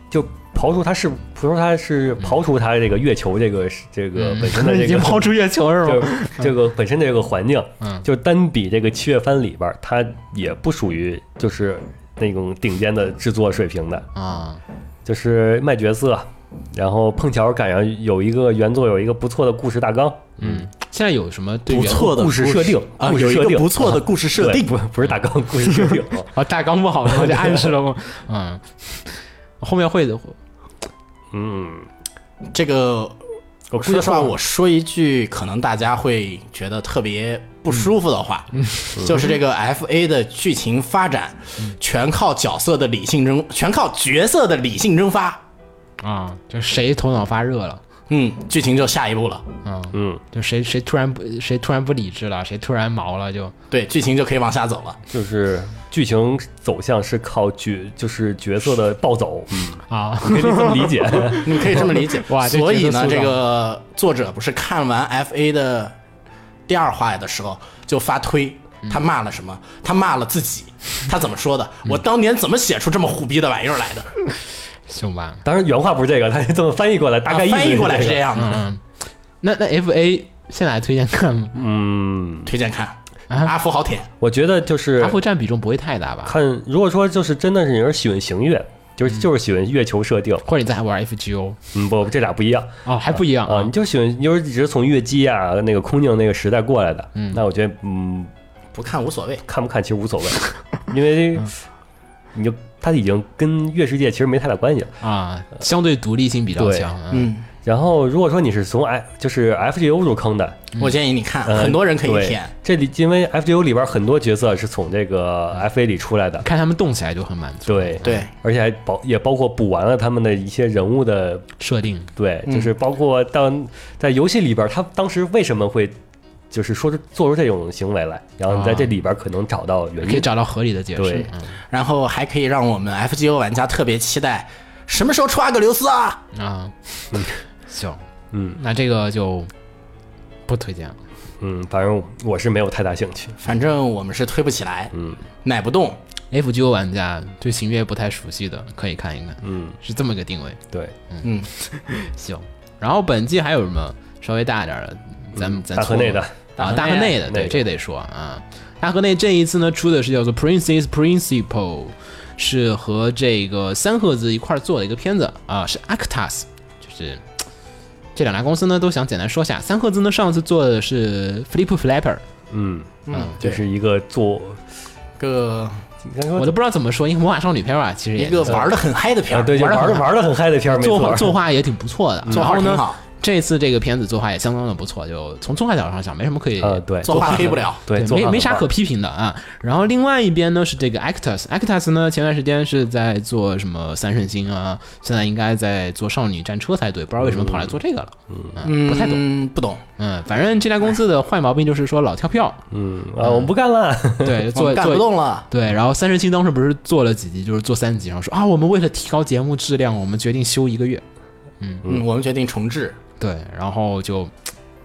就刨除它是刨除它是刨除它这个月球这个这个呃本身的嗯 已这经个抛出月球是就吗？这个本身的这个环境，嗯就单比这个《七月番》里边儿，它也不属于就是那种顶尖的制作水平的，啊就是卖角色，啊然后碰巧赶上有一个原作有一个不错的故事大纲，嗯，现在有什么对不原错的故事设定啊，故事有一设个定不错的故事设对定，不不是大纲，故事设定。 啊大纲不好吗？就暗示了 吗？嗯，后面会的，嗯，这个我说实话，我说一句可能大家会觉得特别嗯不舒服的话，就是这个 F A 的剧情发展嗯全靠角色的理性蒸，全靠角色的理性蒸发，啊，就谁头脑发热了，嗯，剧情就下一步了，嗯，嗯，就谁谁突然不谁突然不理智了，谁突然毛了，就对，剧情就可以往下走了。就是剧情走向是靠角就是角色的暴走，嗯，啊，。可以这么理 解。你可以这么理 解哇这所以角色呢，塑造这个作者不是看完 F A 的第二话的时候就发推，他骂了什么？他骂了自己，他怎么说的？我当年怎么写出这么虎逼的玩意儿来的？行吧，当然原话不是这个，他是这么翻译过来，大概啊意思翻译过来是是这个。样的。嗯，那那 F A 现在还推荐看吗？嗯，推荐看阿福好舔，我觉得就是阿福占比重不会太大吧？看，如果说就是真的是有人喜欢行月，就是嗯就是喜欢月球设定，或者你再还玩 F G O 嗯，不，这俩不一样哦，还不一样啊，你就喜欢，你就是一直从月姬啊那个空镜那个时代过来的，嗯，那我觉得嗯，不看无所谓。看不看其实无 所谓，因为嗯你就它已经跟月世界其实没太大关系了。啊，相对独立性比较对强，嗯嗯，然后如果说你是从 F 就是 FGO 入坑的，我建议你看，呃很多人可以对舔。这里，因为 FGO 里边很多角色是从这个 FA 里出来的，看他们动起来就很满足，对，对，而且还包也包括补完了他们的一些人物的设定对，就是包括当在游戏里边儿，他当时为什么会就是说出做出这种行为来，然后你在这里边儿可能找到原可以因。找到合理的解释嗯对，然后还可以让我们 FGO 玩家特别期待什么时候出阿格琉斯啊？嗯啊，行，嗯那这个就不推荐了，嗯，反正我是没有太大兴趣。反正我们是推不起来，嗯奶不动。 F G O 玩家对行月不太熟悉的可以看一看，嗯，是这么个定位。对，嗯，行，然后本季还有什么稍微大一点儿的，咱们、咱嗯大河内的啊，大河内的，那对，个这得说啊。大河内这一次呢出的是叫做《Princess Principle》，是和这个三赫兹一块儿做的一个片子啊，是 Actas，就是这两家公司呢都想简单说下。三赫兹呢上次做的是 Flip Flapper，嗯，嗯，就对，是一个做，个应该我说都不知道怎么说，一个魔法少女片儿吧，其实也一个是玩的很嗨的片啊，儿，对，就玩玩的的玩的很嗨的片儿，没嗯作画错。作画也挺不错的，作然画后挺呢，好，这次这个片子作画也相当的不错，就从作画角度上讲，没什么可以呃，对，作画黑不了。对，作没画没很啥棒可批评的啊。然后另外一边呢是这个 Actus，Actus 呢前段时间是在做什么三圣星啊，现在应该在做少女战车才对，不知道为什么跑来做这个了，嗯，不太懂。嗯，不懂。嗯，反正这家公司的坏毛病就是说老跳票，嗯啊，我们不干了。对，我做们哦干不做。动了。对，然后三圣星当时不是做了几集，就是做三集，然后说啊，我们为了提高节目质量，我们决定休一个月。嗯，我们决定重置。对，然后就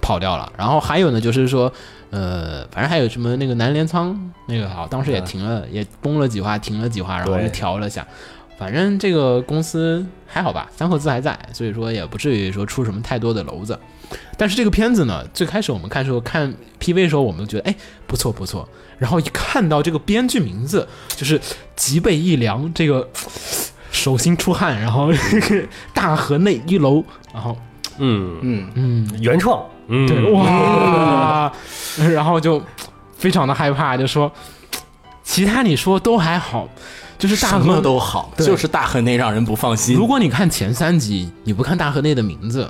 跑掉了。然后还有呢，就是说，呃，反正还有什么那个南镰仓那个好，当时也停了，也崩了几话，停了几话，然后对又调了下。反正这个公司还好吧，三口字还在，所以说也不至于说出什么太多的娄子。但是这个片子呢，最开始我们看时候看 PV 的时候，我们觉得哎不错不错，然后一看到这个编剧名字，就是吉备一良这个手心出汗，然后 大河内一楼，然后嗯，嗯，原创，嗯，对，哇， 然后就非常的害怕，就说其他你说都还好，就是大什河么都好，对就是大河内让人不放心。如果你看前三集，你不看大河内的名字，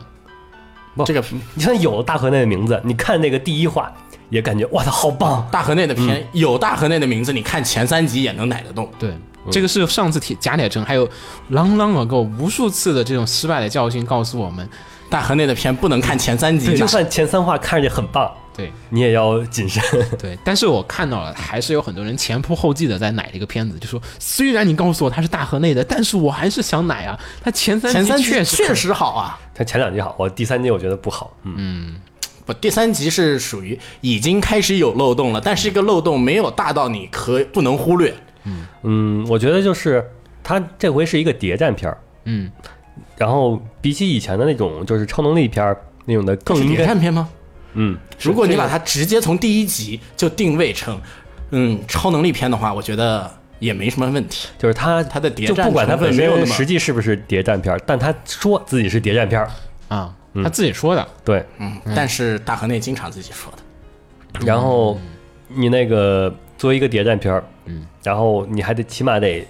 这个你看有大河内的名字，你看那个第一话也感觉哇，他好棒，大河内的片有大河内的名字，你看前三集也能奶得动。嗯对，这个是上次铁贾乃真还有 long long ago 啊无数次的这种失败的教训告诉我们，大河内的片不能看前三集，就算前三话看上去很棒，对你也要谨慎。对。但是我看到了，还是有很多人前仆后继的在奶这个片子，就说虽然你告诉我它是大河内的，但是我还是想奶啊。它前三前三集集确实确实好啊。他前两集好，我第三集我觉得不好，嗯，不，第三集是属于已经开始有漏洞了，但是这个漏洞没有大到你可不能忽略。嗯，我觉得就是它这回是一个谍战片儿，嗯，然后比起以前的那种就是超能力片儿那种的，更是应谍该战片吗？嗯，如果你把它直接从第一集就定位成嗯超能力片的话，我觉得也没什么问题。就是它它的谍就战不管它成分本没有那身么实际是不是谍战片儿，但他说自己是谍战片儿，啊，他自己说的，对，嗯，但是大河内经常自己说的，然后你那个作为一个谍战片儿，嗯，然后你还得起码得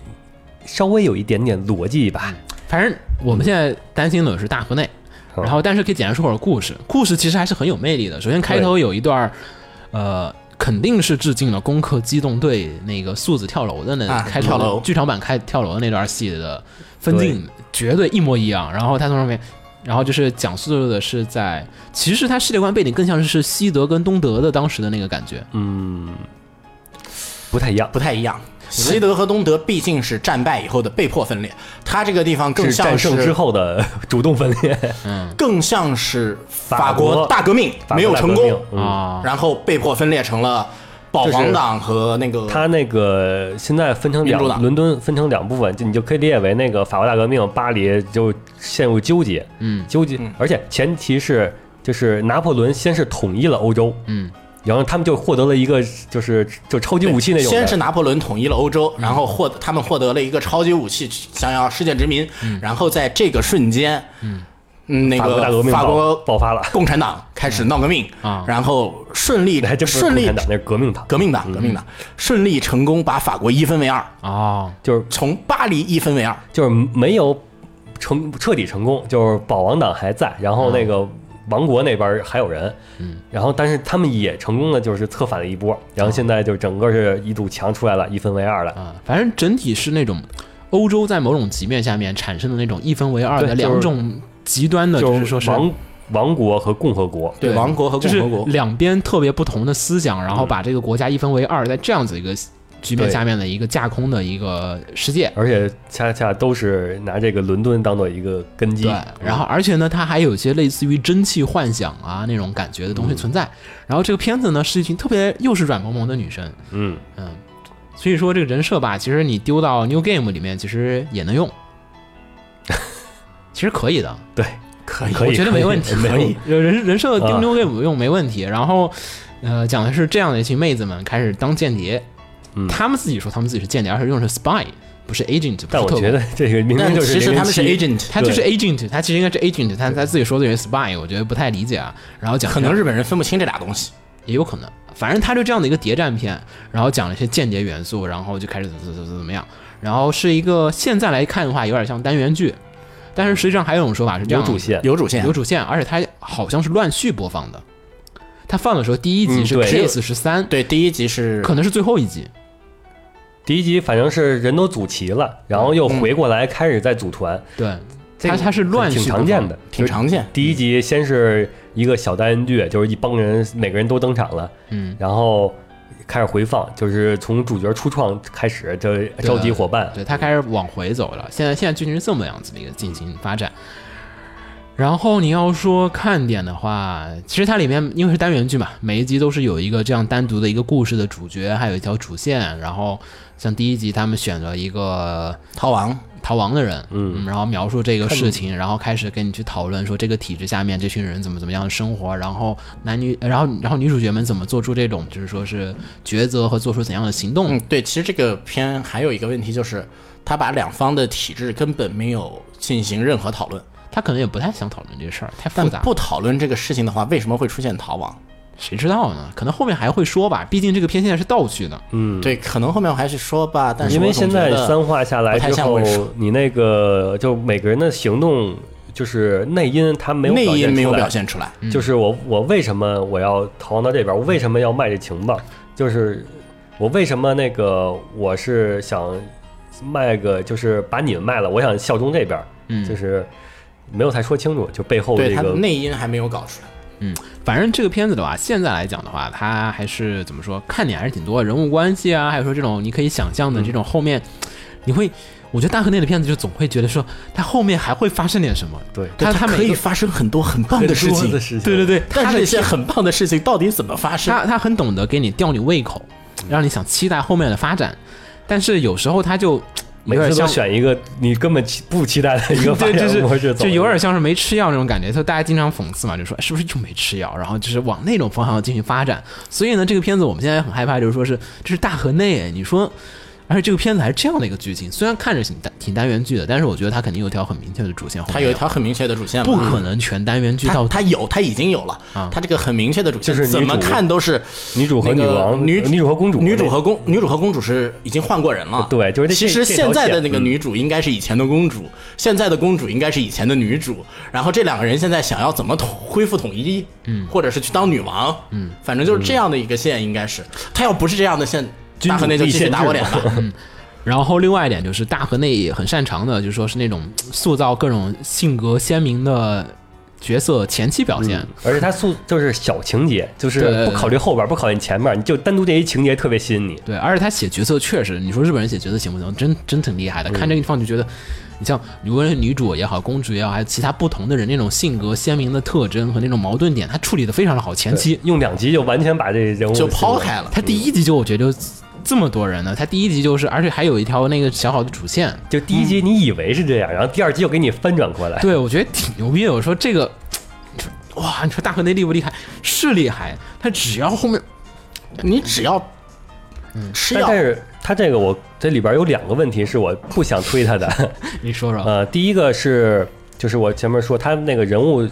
稍微有一点点逻辑吧，反正我们现在担心的是大河内，嗯然后但是可以简单说会儿故事。故事其实还是很有魅力的。首先开头有一段儿，呃，肯定是致敬了《攻克机动队》那个素子跳楼的那、啊开头跳楼剧场版开跳楼的那段戏的分镜，绝对一模一样。然后他从上面。然后就是讲述的是在，其实他世界观背景更像是西德跟东德的当时的那个感觉，嗯，不太一样，不太一样。西德和东德毕竟是战败以后的被迫分裂，它这个地方更是像战胜之是后的主动分裂，更像是法法国国大革命法国没有大成革功命，嗯。啊，然后被迫分裂成了保皇党和那个他那个现在分成两民主，党伦敦分成两部分，就你就可以理解为那个法国大革命，巴黎就陷入纠结，嗯纠结，而且前提是就是拿破仑先是统一了欧洲，嗯，然后他们就获得了一个就是就超级武器那种的，嗯先是拿破仑统一了欧洲，然后获他们获得了一个超级武器，想要世界殖民。然后在这个瞬间，嗯，那嗯法国大革个命法爆国爆发了， 共产党开始闹革命啊然后顺利那还真不是顺共利产党，嗯那是革命党，革命党革命党顺利成功把法国一分为二，哦，就是从巴黎一分为二。就是没有成彻底成功，就是保王党还在，然嗯后那个王国那边还有人，嗯，然后但是他们也成功的就是策反了一波，然后现在就整个是一堵墙出来了，一分为二了。啊，反正整体是那种欧洲在某种局面下面产生的那种一分为二的对就是两种极端的，就是说是王王国和共和国，嗯对，王国和就共是和国，两边特别不同的思想，然后把这个国家一分为二，在这样子一个局面对下面的一个架空的一个世界。而且恰恰都是拿这个伦敦当做一个根基嗯对，，然后而且呢，它还有一些类似于蒸汽幻想啊那种感觉的东西存在。嗯然后这个片子呢是一群特别又是软萌萌的女生，嗯，所以说这个人设吧，其实你丢到 New Game 里面其实也能 用，其实可以的。对，可以，可以我觉得没问题，没 有人人人设啊丢丢给我用没问题。然后，呃，讲的是这样的一群妹子们开始当间谍，嗯她们自己说她们自己是间谍，而且用的是 spy，不是 agent，不但是我特觉工得。这个明但明就是其实他们是007 agent，她就是 agent，她其实应该是 agent，但她自己说自己是 spy，我觉得不太理解啊。然后讲可能日本人分不清这俩东西。也有可能，反正他就这样的一个谍战片，然后讲了一些间谍元素，然后就开始怎么怎么怎么怎么样，然后是一个现在来看的话有点像单元剧，但是实际上还有一种说法是这有样的主线，有主线有，主线，而且它好像是乱序播放的。它放的时候，第一集嗯是对 Kiss 十三，对，第一集是可能是最后一集。第一集反正是人都组齐了，然后又回过来开始在组团，对，这它个它是乱序挺播放常见的。，挺常见。第一集先是一个小单元剧，就是一帮人每个人都登场了，嗯，然后开始回放，就是从主角初创开始，就啊召集伙伴，对，它开始往回走了。现在现在剧情是这么样子的一个进行发展。然后你要说看点的话，其实它里面因为是单元剧嘛，每一集都是有一个这样单独的一个故事的主角，还有一条主线。然后像第一集他们选了一个逃亡，逃亡的人，嗯，然后描述这个事情，然后开始跟你去讨论说这个体制下面这群人怎么怎么样的生活，然后男女，然后然后女主角们怎么做出这种就是说是抉择和做出怎样的行动，嗯，对，其实这个片还有一个问题就是，他把两方的体制根本没有进行任何讨论，他可能也不太想讨论这个事儿，太但复杂，不讨论这个事情的话，为什么会出现逃亡？谁知道呢？可能后面还会说吧，毕竟这个片现在是倒叙的，嗯对，可能后面我还去说吧，但是因为我总现觉在得三话下来不太之像后会说，你那个就每个人的行动就是内因，他没有内表现因没有出来表现出来，就是我我为什么我要逃亡到这边？我为什么要卖这情报？就是我为什么那个我是想卖个，就是把你们卖了，我想效忠这边，嗯就是没有太说清楚，就背后对这他的个内因还没有搞出来。嗯，反正这个片子的话，现在来讲的话，它还是怎么说，看点还是挺多，人物关系啊，还有说这种你可以想嗯象的这种后面，你会，我觉得大河内的片子就总会觉得说，它后面还会发生点什么，对它它它每可一以个发生很多很棒的事很情多的，事情对对对，但它是的这些很棒的事情到底怎么发生？他他很懂得给你吊你胃口，让你想期待后面的发展，但是有时候他就每有点次都像。选一个你根本期不期待的一个发对，就展模是式走，就有点像是没吃药那种感觉，就大家经常讽刺嘛，就说哎是不是就没吃药，然后就是往那种方向进行发展。所以呢，这个片子我们现在很害怕，就是说是这是大河内，哎你说，而且这个片子还是这样的一个剧情，虽然看着挺单挺单元剧的，但是我觉得它肯定有一条很明确的主线，后它面有一条很明确的主线嘛，不可能全单元剧到它底它有，它已经有了啊。它这个很明确的主线就是，女怎么主看都是女主和那女个王、呃女女主和公主、女主和公女主和公主是已经换过人了。对就是这其这实这条现在的那个线嗯女主应该是以前的公主，现在的公主应该是以前的女主。然后这两个人现在想要怎么统恢复统一，嗯，或者是去当女王，嗯，反正就是这样的一个线，应该是。她要不是这样的线，君大主河内就立继续宪打制嗯我嘛脸了。然后另外一点就是大河内也很擅长的，就是说是那种塑造各种性格鲜明的角色前期表现。而且它塑就是小情节，就是对不考虑后边，不考虑前面，你就单独这一情节特别吸引你。对，而且他写角色确实，你说日本人写角色行不行？真真挺厉害的。看这个地方就觉得，你像无论是女主也好，公主也好，还有其他不同的人那种性格鲜明的特征和那种矛盾点，他处理的非常的好。前期用两集就完全把这人物就抛开了他第一集就我觉得就这么多人呢，他第一集就是，而且还有一条那个小小的主线，就第一集你以为是这样，然后第二集又给你翻转过来。 对，我觉得挺牛逼的。我说这个，你说哇，你说大河内厉不厉害？是厉害，他只要后面你只要吃嗯但药但，是他这个我这里边有两个问题是我不想推他的，你说说，呃，第一个是就是我前面说他那个人物，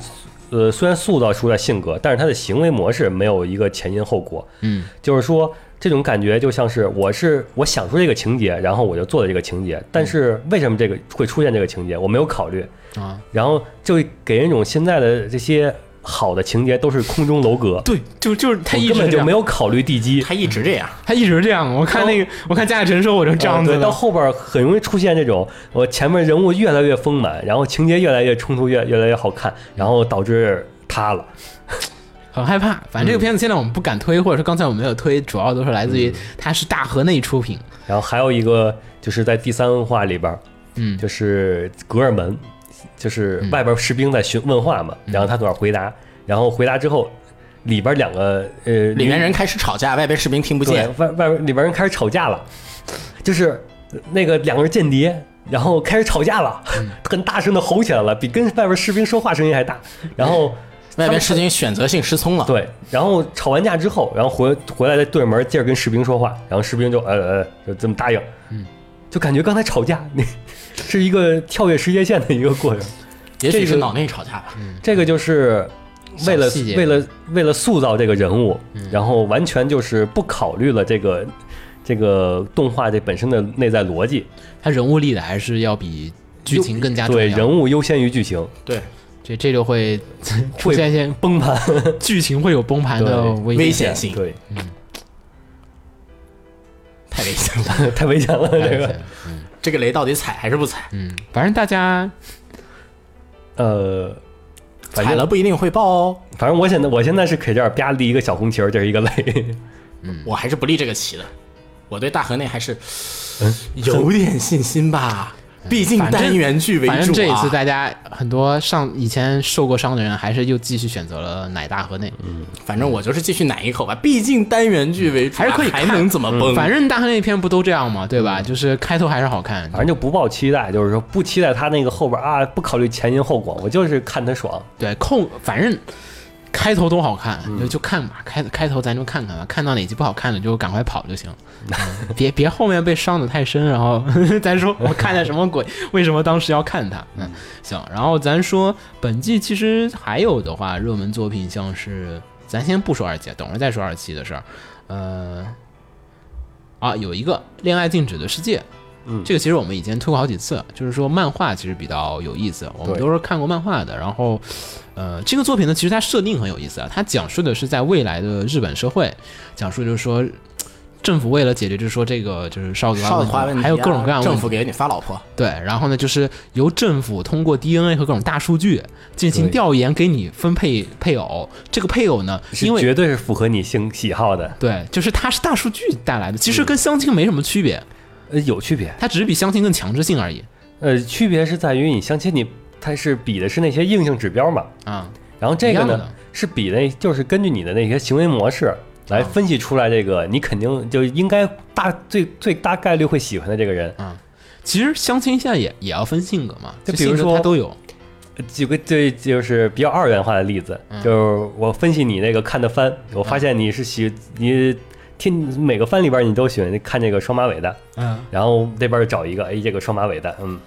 呃，虽然塑造出来性格，但是他的行为模式没有一个前因后果，嗯，就是说这种感觉就像是我是我想出这个情节，然后我就做了这个情节，但是为什么这个会出现这个情节，我没有考虑，啊，然后就给人一种现在的这些好的情节都是空中楼阁，对，就就是他我一根直本这就样没有考虑地基。她一直这样。他一直这样。我看那个，我看贾雨晨说我成这样呃子哦对到的，后边很容易出现这种，我前面人物越来越丰满，然后情节越来越冲突，越越来越好看，然后导致塌了。很害怕。反正这个片子现在我们不敢推，或者是刚才我们没有推，主要都是来自于嗯它是大河内出品，然后还有一个就是在第三话里边，嗯就是格尔门，就是外边士兵在询问话嘛，嗯然后他搁那儿回答，然后回答之后，里边两个呃里面人开始吵架，外边士兵听不对见，外外边里边人开始吵架了，就是那个两个人间谍，然后开始吵架了， 很大声的吼起来了，比跟外边士兵说话声音还大。然 后外边士士兵兵选择性失聪了。对，然后吵完架之后，然后回回来再对着门接着跟士兵说话，然后士兵就呃呃就这么答应，嗯，就感觉刚才吵架那 是一个跳跃时间线的一个过程。也许这是个嗯脑内吵架吧。这个就是为了小细节嗯为了为了塑造这个人物，然后完全就是不考虑了这个这个动画这本身的内在逻辑，它人物立的还是要比剧情更加重对要。人物优先于剧情，对，这这就会出现一些崩盘，剧情会有崩盘的对危危险。险性对， 太危险了。太危险了这个。 这个雷到底踩还是不踩？嗯，反正大家呃，反踩了正不一定会爆哦。反正我现在我现在是给这儿啪立一个小红旗儿，这是一个雷， 嗯嗯我还是不立这个旗的。我对大河内还是有点信心吧。毕竟反正单元剧为主、嗯啊、反正这一次大家很多上以前受过伤的人，还是又继续选择了奶大河内。反正我就是继续奶一口吧，毕竟单元剧为主啊、嗯还是可以还看嗯能怎么崩？反正大河内片不都这样嘛，对吧？就是开头还是好看，反正就不抱期待，就是说不期待他那个后边啊，不考虑前因后果，我就是看他爽。对控，反正开头都好看，就就看吧，开开头咱就看看吧，看到哪集不好看的就赶快跑就行，嗯别别后面被伤的太深，然后 咱说我看的什么鬼， 为什么当时要看它？嗯，行，然后咱说本季其实还有的话，热门作品像是咱先不说二期，等会儿再说二期的事儿，呃。啊，有一个《恋爱静止的世界》，嗯，这个其实我们以前推过好几次，就是说漫画其实比较有意思，我们对都是看过漫画的。然后，呃，这个作品呢，其实它设定很有意思啊，它讲述的是在未来的日本社会，讲述就是说。政府为了解决，就是说这个就是少子化少子化问问题，题、啊、还有各种各样的问政题府给你发老婆，对，然后呢，就是由政府通过 DNA 和各种大数据进行对调研，给你分配配偶。这个配偶呢，是因为绝对是符合你性喜好的，对，就是它是大数据带来的，其实跟相亲没什么区别，呃，有区别。它只是比相亲更强制性而已呃，区别是在于你相亲你它是比的是那些硬性指标嘛，啊。然后这一个样的呢是比的，就是根据你的那些行为模式来分析出来这个你肯定就应该大最最大概率会喜欢的这个人。其实相亲现在也也要分性格嘛，就就比如性格说它都有，举个最就是比较二元化的例子，就是我分析你那个看的番，我发现你是喜你天每个番里边你都喜欢看这个双马尾的，嗯，然后那边找一个，哎，这个双马尾的，嗯，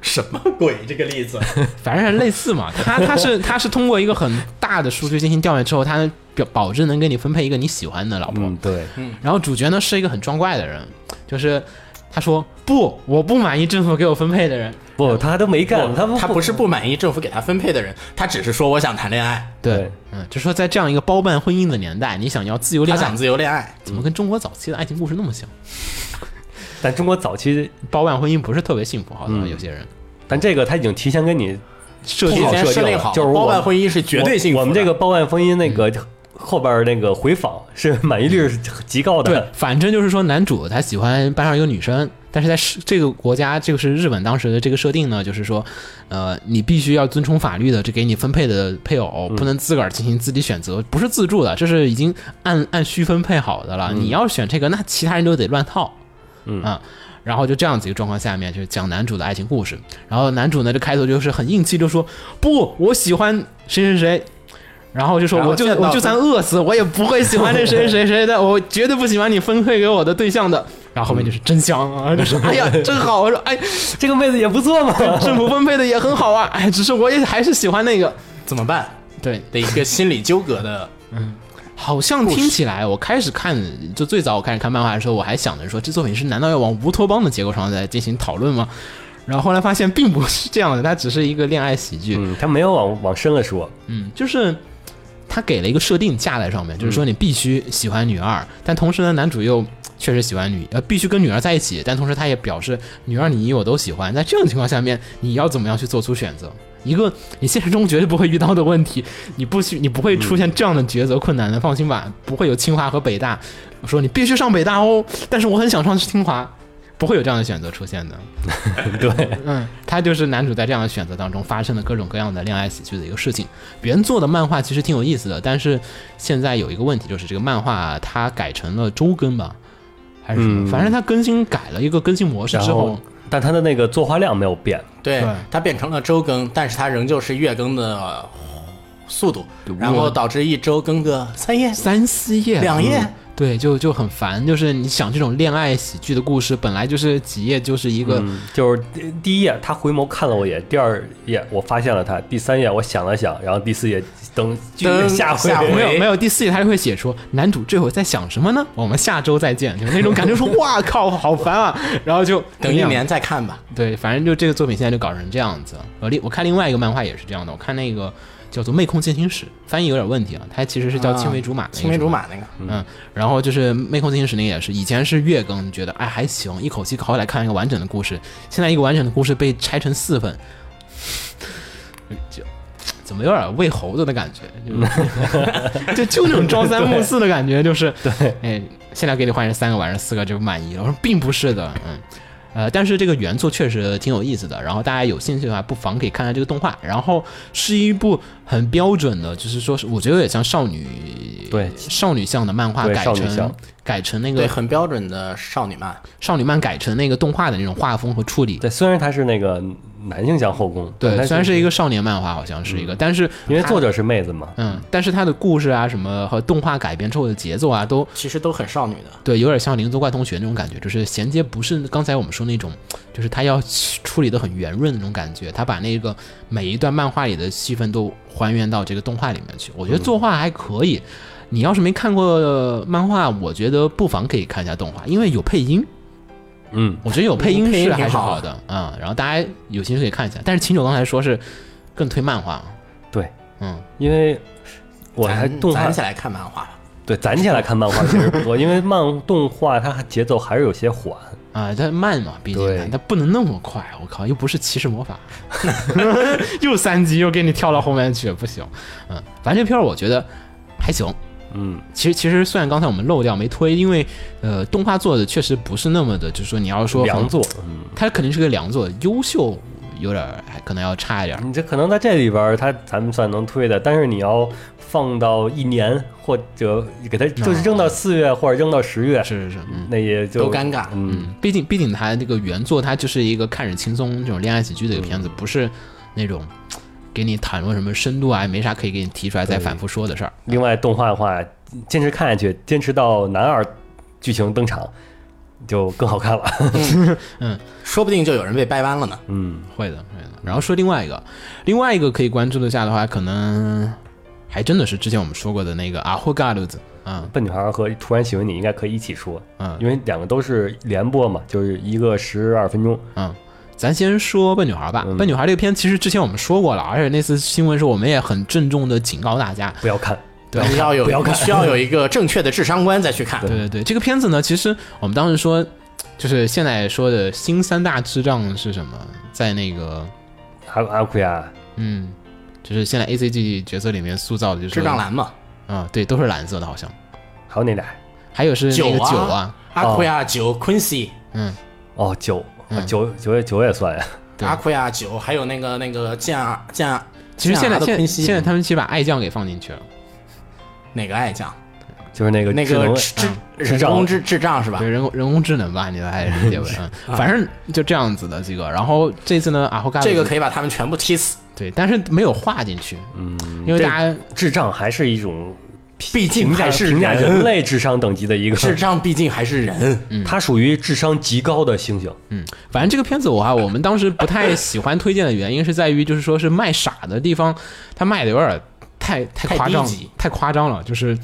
什么鬼？这个例子，反正是类似嘛。它它是它是通过一个很大的数据进行调研之后，它表保证能给你分配一个你喜欢的老婆。嗯，对，然后主角呢是一个很装怪的人，就是他说不，我不满意政府给我分配的人。不，他都没干，他他不是不满意政府给他分配的人，他只是说我想谈恋爱，对，嗯，就说在这样一个包办婚姻的年代，你想要自由他恋爱想，自由恋爱。怎么跟中国早期的爱情故事那么像？但中国早期，包办婚姻不是特别幸福，好像嗯有些人但这个他已经提前给你设定提好前设定了好，就是我包办婚姻是绝对幸福我。的我们这个包办婚姻那个后边那个回访是满意率是极高的，对，反正就是说男主他喜欢班上一个女生，但是在是这个国家，这个是日本当时的这个设定呢，就是说，呃，你必须要遵从法律的，这给你分配的配偶不能自个儿进行自己选择，不是自助的，这是已经按按需分配好的了。你要选这个，那其他人都得乱套，嗯啊。然后就这样子一个状况下面，就是讲男主的爱情故事。然后男主呢，这开头就是很硬气，就说不，我喜欢谁谁谁。然后就说然后我就见到我就算饿死，我也不会喜欢这谁谁谁的，我绝对不喜欢你分配给我的对象的。然后后面就是真香啊， 就是哎呀真好，我说哎这个妹子也不错嘛，政府分配的也很好啊，哎只是我也还是喜欢那个。怎么办对，的一个心理纠葛的，好像听起来我开始看就最早我开始看漫画的时候，我还想着说这作品是难道要往乌托邦的结构上来进行讨论吗？然后后来发现并不是这样的，它只是一个恋爱喜剧。嗯，他没有往往深了说，嗯，就是他给了一个设定架在上面，就是说你必须喜欢女二，但同时呢，男主又确实喜欢女，呃，必须跟女二在一起，但同时他也表示女二你一我都喜欢。在这种情况下面，你要怎么样去做出选择？一个你现实中绝对不会遇到的问题，你不需你不会出现这样的抉择困难的，放心吧，不会有清华和北大说你必须上北大哦，但是我很想上清华，不会有这样的选择出现的。对，嗯，他就是男主在这样的选择当中发生了各种各样的恋爱喜剧的一个事情。原作的漫画其实挺有意思的，但是现在有一个问题，就是这个漫画它改成了周更吧，还是什么？嗯反正它更新改了一个更新模式然之后后，但他的那个作画量没有变，对对它变成了周更，但是它仍旧是月更的呃速度，然后导致一周更个三页、三四页两页，对，就就很烦。就是你想这种恋爱喜剧的故事，本来就是几页就是一个，嗯，就是第第一页他回眸看了我一眼，第二页我发现了他，第三页我想了想，然后第四页等继续等下回下回没哎有没有第四页，他就会写出男主这会儿在想什么呢？我们下周再见，就是那种感觉说，哇靠，好烦啊！然后就等那一样年再看吧。对，反正就这个作品现在就搞成这样子。我另我看另外一个漫画也是这样的，我看那个叫做《妹控进行史》，翻译有点问题啊，它其实是叫《青梅竹马》那个青梅什么竹马那个，嗯，然后就是《妹控进行史》那个也是，以前是月更，觉得哎还行，一口气好歹看一个完整的故事，现在一个完整的故事被拆成四份，就怎么有点喂猴子的感觉，就是 就就那种朝三暮四的感觉，就是对，哎，现在给你换成三个晚上四个就满意了，我说并不是的，嗯。呃，但是这个原作确实挺有意思的，然后大家有兴趣的话，不妨可以看看这个动画。然后是一部很标准的，就是说是我觉得有点像少女对少女向的漫画对改少女向成改成那对，个很标准的少女漫。少女漫改成那个动画的那种画风和处理。对，虽然它是那个男性向后宫，对，但嗯虽然是一个少年漫画，好像是一个，但是因为它作者是妹子嘛，嗯，但是它的故事啊什么和动画改编之后的节奏啊，都其实都很少女的，对，有点像《灵族怪同学》那种感觉，就是衔接不是刚才我们说那种，就是他要处理的很圆润的那种感觉，他把那个每一段漫画里的戏份都还原到这个动画里面去。我觉得作画还可以，你要是没看过漫画，我觉得不妨可以看一下动画，因为有配音，嗯，我觉得有配音配音是挺还是好好的啊、嗯。然后大家有兴趣可以看一下，但是秦九刚才说是更推漫画，对，嗯，因为我还咱动画咱起来看漫画吧。对攒起来看漫画其实不多，因为漫动画它节奏还是有些缓，啊，它慢嘛，毕对竟它啊不能那么快。我靠，又不是骑士魔法， 又三级又给你跳到后面去，不行。嗯，反正这片儿我觉得还行。嗯，其实其实虽然刚才我们漏掉没推，因为呃，动画做的确实不是那么的，就是说你要说良，作，嗯。它肯定是个良作，优秀有点儿还可能要差一点儿。你这可能在这里边儿，它咱们算能推的，但是你要放到一年或者给它就是扔到四月或者扔到十月，是是是，嗯。那也就都尴尬嗯，毕竟，毕竟它这个原作，它就是一个看着轻松这种恋爱喜剧的一个片子，不是那种给你谈论什么深度啊，也没啥可以给你提出来再反复说的事儿。另外动画的话，坚持看下去，坚持到男二剧情登场就更好看了。 说不定就有人被掰弯了呢。嗯，会的，会的。然后说另外一个，另外一个可以关注的下的话，可能还真的是之前我们说过的那个阿霍嘎鲁子，嗯，笨女孩和突然喜欢你应该可以一起说，嗯因为两个都是连播嘛，就是一个十二分钟。嗯，咱先说笨女孩吧。笨女孩这个片其实之前我们说过了，而且那次新闻时候我们也很郑重的警告大家，不要看，对，需要有不要看需要有一个正确的智商观再去看。对对对，这个片子呢，其实我们当时说，就是现在说的新三大智障是什么，在那个阿阿库亚，嗯，就是现在 A C G 角色里面塑造的就是智障，蓝嘛，嗯，对，都是蓝色的，好像还有那俩还有是那个九啊酒啊，阿库亚九、Quincy、嗯，哦九嗯啊九九也九也算呀，对阿库亚九，还有那个那个剑二剑二，其实现在剑二的现昆西现在他们其实把爱酱给放进去了，哪个爱将？就是那个那智个能智智智人障工智智障是吧对？人工人工智能吧，你来理解为， 嗯，反正就这样子的这个。然后这次呢，阿霍嘎啊这个以可以把他们全部踢死，对，但是没有画进去，嗯，因为大家智障还是一种毕竟评价还是评价人人，类智商等级的 一个， 智障毕竟还是人。它属于智商极高的猩猩。嗯，反正这个片子我哈，我们当时不太喜欢推荐的原因是在于，就是说是卖傻的地方，它卖的有点太 太太夸低张级，太夸张了，就是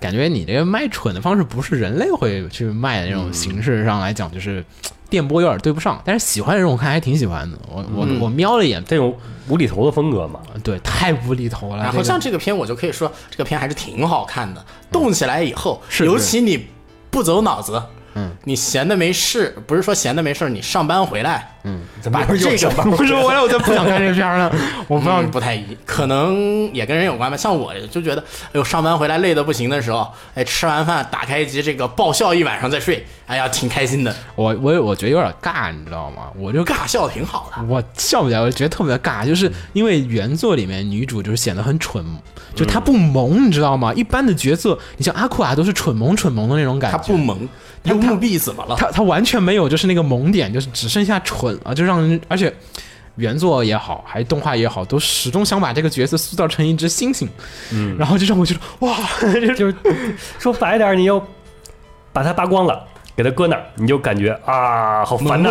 感觉你这个卖蠢的方式不是人类会去卖的那种形式上来讲，就是电波有点对不上。但是喜欢的人我看还挺喜欢的，我嗯我、我瞄了一眼，这种无厘头的风格嘛，对，太无厘头了。然这后个哎啊像这个片，我就可以说这个片还是挺好看的。动起来以后，是尤是其你不走脑子，嗯，你闲的没事，不是说闲的没事，你上班回来，嗯，把又这 上个班我说完了，我就不想看这片儿了。我不知道嗯，不太一，可能也跟人有关吧。像我就觉得，哎呦，上班回来累得不行的时候，哎，吃完饭打开一集这个爆笑一晚上再睡，哎呀，挺开心的，我我我觉得有点尬，你知道吗？我就尬笑挺好的。我笑不了，我觉得特别尬，就是因为原作里面女主就是显得很蠢，就她不萌，嗯你知道吗？一般的角色，你像阿库啊亚都是蠢萌蠢萌的那种感他觉，不萌，幽默币怎么了？她她完全没有就是那个萌点，就是只剩下蠢啊了，就让人而且。原作也好，还是动画也好，都始终想把这个角色塑造成一只猩猩，嗯，然后就让我觉得 哇，这 就是 说白点儿，你要把它扒光了，给它搁那儿，你就感觉啊，好烦呐、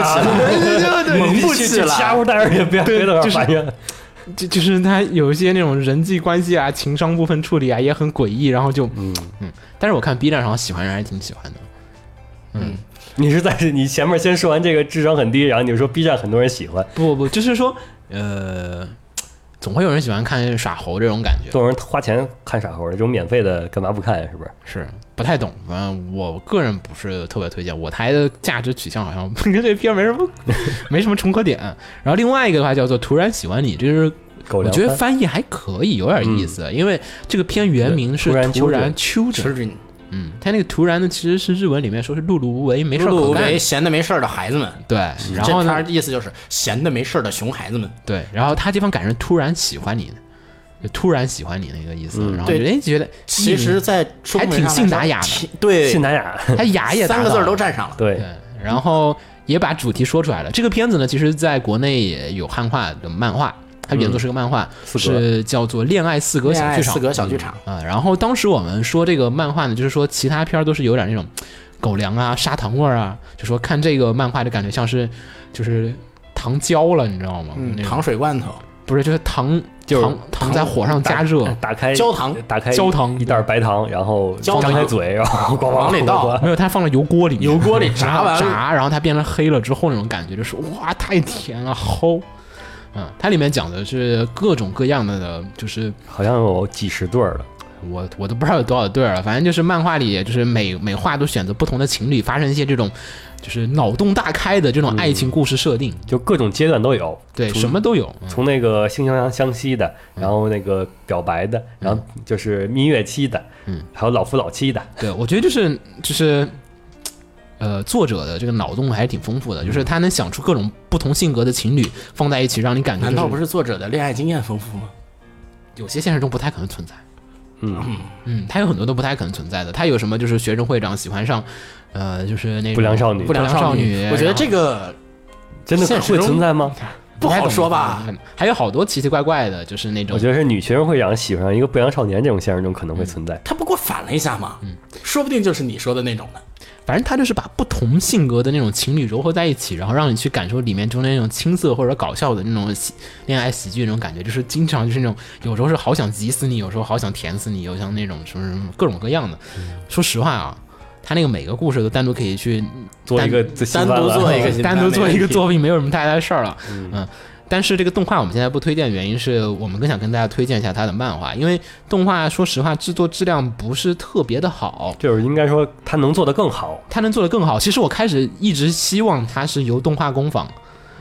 萌不去起去瞎来乎，待着也别别在那就儿是反应。就就是他有一些那种人际关系啊、情商部分处理啊，也很诡异，然后就嗯嗯，但是我看 B 站上喜欢人还挺喜欢的，你是在你前面先说完这个智商很低，然后你说 B 站很多人喜欢，不不不，就是说，呃，总会有人喜欢看耍猴这种感觉，多少人花钱看傻猴，这种免费的干嘛不看呀？是不是？是不太懂。反正我个人不是特别推荐，我台的价值取向好像 跟这片没什么没什么重合点。然后另外一个的话叫做《突然喜欢你》，这是狗我粮觉得番嗯翻译还可以，有点意思，因为这个片原名是对《突突然然秋吃着》，菌嗯，他那个突然呢，其实是日文里面说是碌碌无为，没事碌儿碌无可干为，。闲的没事儿的孩子们。对，然后这呢片儿，意思就是闲的没事儿的熊孩子们。对，然后他这方感人突然喜欢你，就突然喜欢你那个意思，然后嗯对觉得哎觉得其实，在中文上来说，还挺信达雅的挺对，信达 雅，他牙也三达个到字儿了都占上了。对对，然后也把主题说出来了。这个片子呢，其实在国内也有汉化的漫画，它原作是个漫画，四格是叫做《恋爱四格嗯恋小爱剧场》。四格小剧场，啊、然后当时我们说这个漫画呢，就是说其他片儿都是有点那种狗粮啊、砂糖味儿啊，就说看这个漫画就感觉像是就是糖焦了，你知道吗？嗯，那种糖水罐头，不是就是糖，就是糖糖在火上加热，哎打开焦糖打开焦糖一袋白糖，然后焦张糖开嘴，然后咣咣往里倒咣咣没有，它放到油锅里面，油锅里炸 炸完了炸，然后它变成黑了之后那种感觉，就是哇，太甜了，齁。嗯，它里面讲的是各种各样的，就是好像有几十对儿了。我我都不知道有多少对儿了，反正就是漫画里，就是每每话都选择不同的情侣，发生一些这种就是脑洞大开的这嗯种爱情故事设定，就各种阶段都有，对，从什么都有。嗯从那个惺惺相惜的，嗯然后那个表白的，然后就是蜜月期的，嗯，还有老夫老妻的，对，我觉得就是就是，呃，作者的这个脑洞还是挺丰富的，就是他能想出各种不同性格的情侣放在一起，让你感觉、就难是、道不是作者的恋爱经验丰富吗？有些现实中不太可能存在。嗯，嗯，他有很多都不太可能存在的。他有什么就是学生会长喜欢上，呃，就是那种不良少女不良少女，我觉得这个真的现实会中存在吗？不好说吧。然后啊还有好多奇奇怪怪的，就是那种我觉得是女学生会长喜欢上一个不良少年这种现实中可能嗯会存在。他不给我反了一下嘛，嗯说不定就是你说的那种呢。反正他就是把不同性格的那种情侣糅合在一起，然后让你去感受里面中的那种青涩或者搞笑的那种喜恋爱喜剧那种感觉，就是经常就是那种有时候是好想急死你，有时候好想甜死你，有像那种什么什么各种各样的。说实话啊，他那个每个故事都单独可以去做一个单自习惯单独了做一个单独做一个作品没有什么太大的事儿了，嗯。但是这个动画我们现在不推荐，原因是我们更想跟大家推荐一下它的漫画，因为动画说实话制作质量不是特别的好， 就是应该说他能做得更好它能做得更好。其实我开始一直希望它是由动画工坊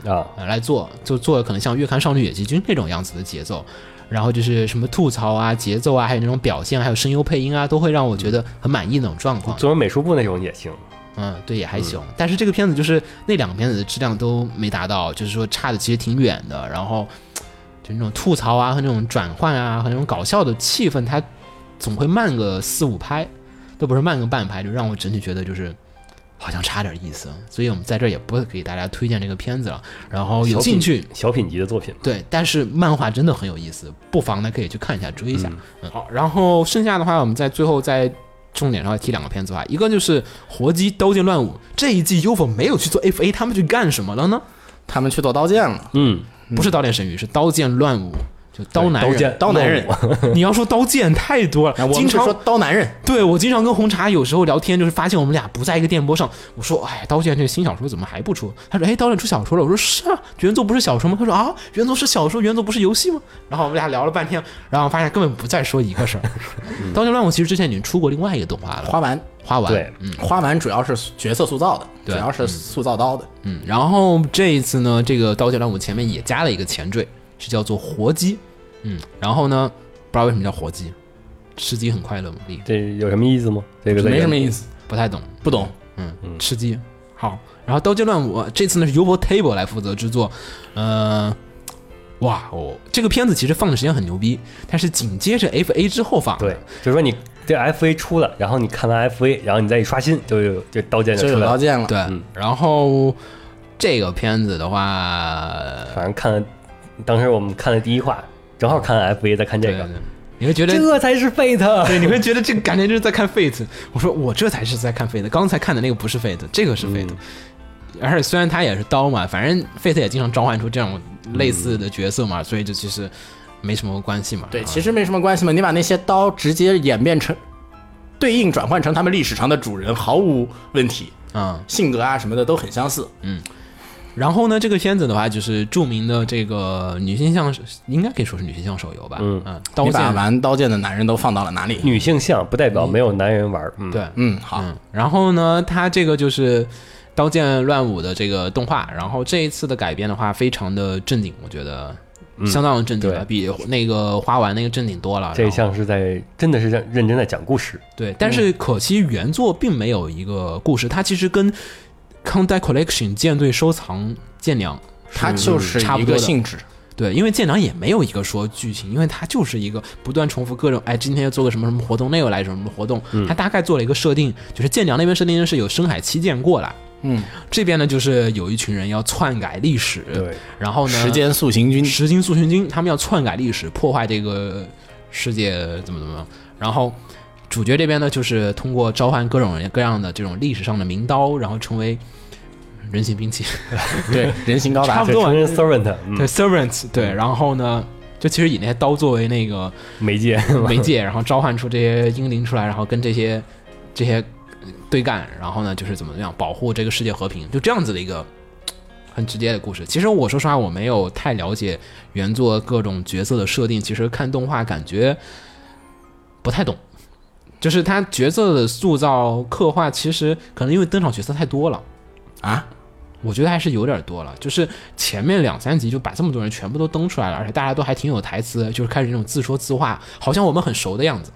啊，呃来做，就做可能像《月刊少女野崎君》那种样子的节奏，然后就是什么吐槽啊、节奏啊，还有那种表现，还有声优配音啊，都会让我觉得很满意那种状况。做成美术部那种也行。嗯，对，也还行。但是这个片子就是那两个片子的质量都没达到，就是说差的其实挺远的。然后就那种吐槽啊和那种转换啊和那种搞笑的气氛，它总会慢个四五拍，都不是慢个半拍，就让我整体觉得就是好像差点意思。所以我们在这儿也不会给大家推荐这个片子了。然后有小品兴趣。小品级的作品，对，但是漫画真的很有意思，不妨呢可以去看一下、追一下。嗯，好，然后剩下的话，我们在最后再重点上来提两个片子吧，一个就是《活鸡刀剑乱舞》这一季 UFO 没有去做 FA，他们去干什么了呢？他们去做刀剑了，嗯，不是刀剑神域，是刀剑乱舞，就刀男刀人。哦剑刀男人，你要说刀剑太 多了，我经们是常说刀男人，对我经常跟红茶有时候聊天，就是发现我们俩不在一个电波上。我说，哎，刀剑这新小说怎么还不出？他说，哎，刀剑出小说了。我说是啊，原作不是小说吗？他说啊，原作是小说，原作不是游戏吗？然后我们俩聊了半天，然后发现根本不再说一个事儿。刀剑乱舞其实之前已经出过另外一个动画了，花丸，花丸。对嗯花丸主要是角色塑造的，主对要是塑造刀的。嗯。然后这一次呢，这个刀剑乱舞前面也加了一个前缀，是叫做活鸡。嗯，然后呢，不知道为什么叫活鸡，吃鸡很快乐吗？丽这有什么意思吗？这个没什么思。意思，不太懂。不懂。嗯，吃鸡。好，然后《刀剑乱舞》这次呢是 u b o Table 来负责制作，呃，哇哦，这个片子其实放的时间很牛逼，但是紧接着 FA 之后放，对，，就是说你这 FA 出了，然后你看完 FA，然后你再一刷新，就有就刀剑就就出有来刀了。剑了，对，然后这个片子的话，反正看了，当时我们看的第一话，正好看完 FA 再看这对个对，你会觉得这才是 Fate。对，你会觉得这个感觉就是在看 Fate。我说我这才是在看 Fate，刚才看的那个不是 Fate，这个嗯是 Fate。而且虽然他也是刀嘛，反正 Fate 也经常召唤出这种类似的角色嘛，所以就其实没什么关系嘛。对，啊其实没什么关系嘛。你把那些刀直接演变成对应转换成他们历史上的主人，毫无问题。嗯。性格啊什么的都很相似，然后呢，这个片子的话，就是著名的这个女性向，应该可以说是女性向手游吧。嗯嗯，刀你把剑玩刀剑的男人都放到了哪里？女性向不代表没有男人玩，嗯，对，嗯，好，嗯。然后呢，它这个就是《刀剑乱舞》的这个动画，然后这一次的改编的话，非常的正经，我觉得相当的正经了，嗯对比那个花丸那个正经多了。这一然后项是在真的是在认真在讲故事，对，但是可惜原作并没有一个故事，它其实跟《Contact Collection》舰队收藏舰娘它就嗯是差一不多的个性质，对，因为舰长也没有一个说剧情，因为他就是一个不断重复各种，哎，今天又做个什么什么活动，那又来什么什么活动，嗯他大概做了一个设定，就是舰长那边设定是有深海七舰过来，嗯，这边呢就是有一群人要篡改历史，对，然后呢，时间塑形军石金速巡军，他们要篡改历史，破坏这个世界怎么怎么样。然后主角这边呢，就是通过召唤各种各样的这种历史上的名刀，然后成为人形兵器，嗯对人形高差达不，多吧成人 servant 对嗯 servants，对，然后呢。就其实以那些刀作为那个媒介，媒介，然后召唤出这些英灵出来，然后跟这些这些对干，然后呢就是怎么样保护这个世界和平，就这样子的一个很直接的故事。其实我说实话，我没有太了解原作各种角色的设定，其实看动画感觉不太懂。就是他角色的塑造刻画，其实可能因为登场角色太多了啊，我觉得还是有点多了。就是前面两三集就把这么多人全部都登出来了，而且大家都还挺有台词，就是开始那种自说自话，好像我们很熟的样子。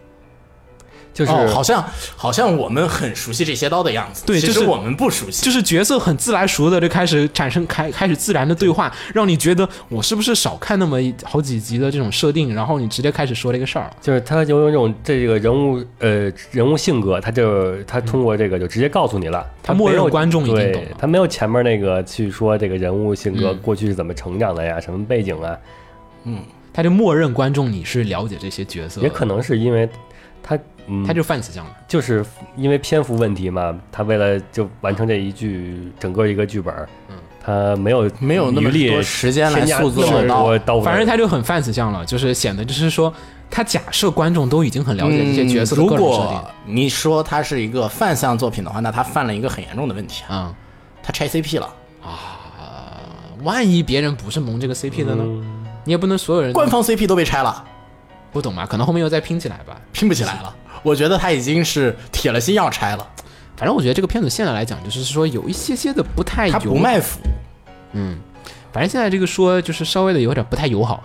就是哦，好像好像我们很熟悉这些刀的样子，对其就实是我们不熟悉，就是角色很自来熟的就开始产生开开始自然的对话，让你觉得我是不是少看那么一好几集的这种设定，然后你直接开始说这个事儿了。就是他有一种这个人物呃人物性格，他就他通过这个就直接告诉你了，他嗯没默认有观众已经对懂了他没有前面那个去说这个人物性格嗯过去是怎么成长的呀，什么背景啊，他就默认观众你是了解这些角色的，也可能是因为他嗯，他就泛起这样的。就是因为篇幅问题嘛，他为了就完成这一剧整个一个剧本，嗯，他没有没有那么余力多时间来添加塑那造么刀多。刀锋，反正他就很泛起这样了，就是显得就是说，他假设观众都已经很了解这些角色的嗯如各种设定果你说它是一个泛向作品的话，那它犯了一个很严重的问题啊，啊、它拆 CP 了。嗯万一别人不是蒙这个 CP 的呢？你也不能所有人嗯官方 CP 都被拆了，不懂吧？可能后面又再拼起来吧。拼不起来了。我觉得他已经是铁了心要拆了，反正我觉得这个片子现在来讲，就是说有一些些的不太哎他友不卖腐，反正现在这个说就是稍微的有点不太友好，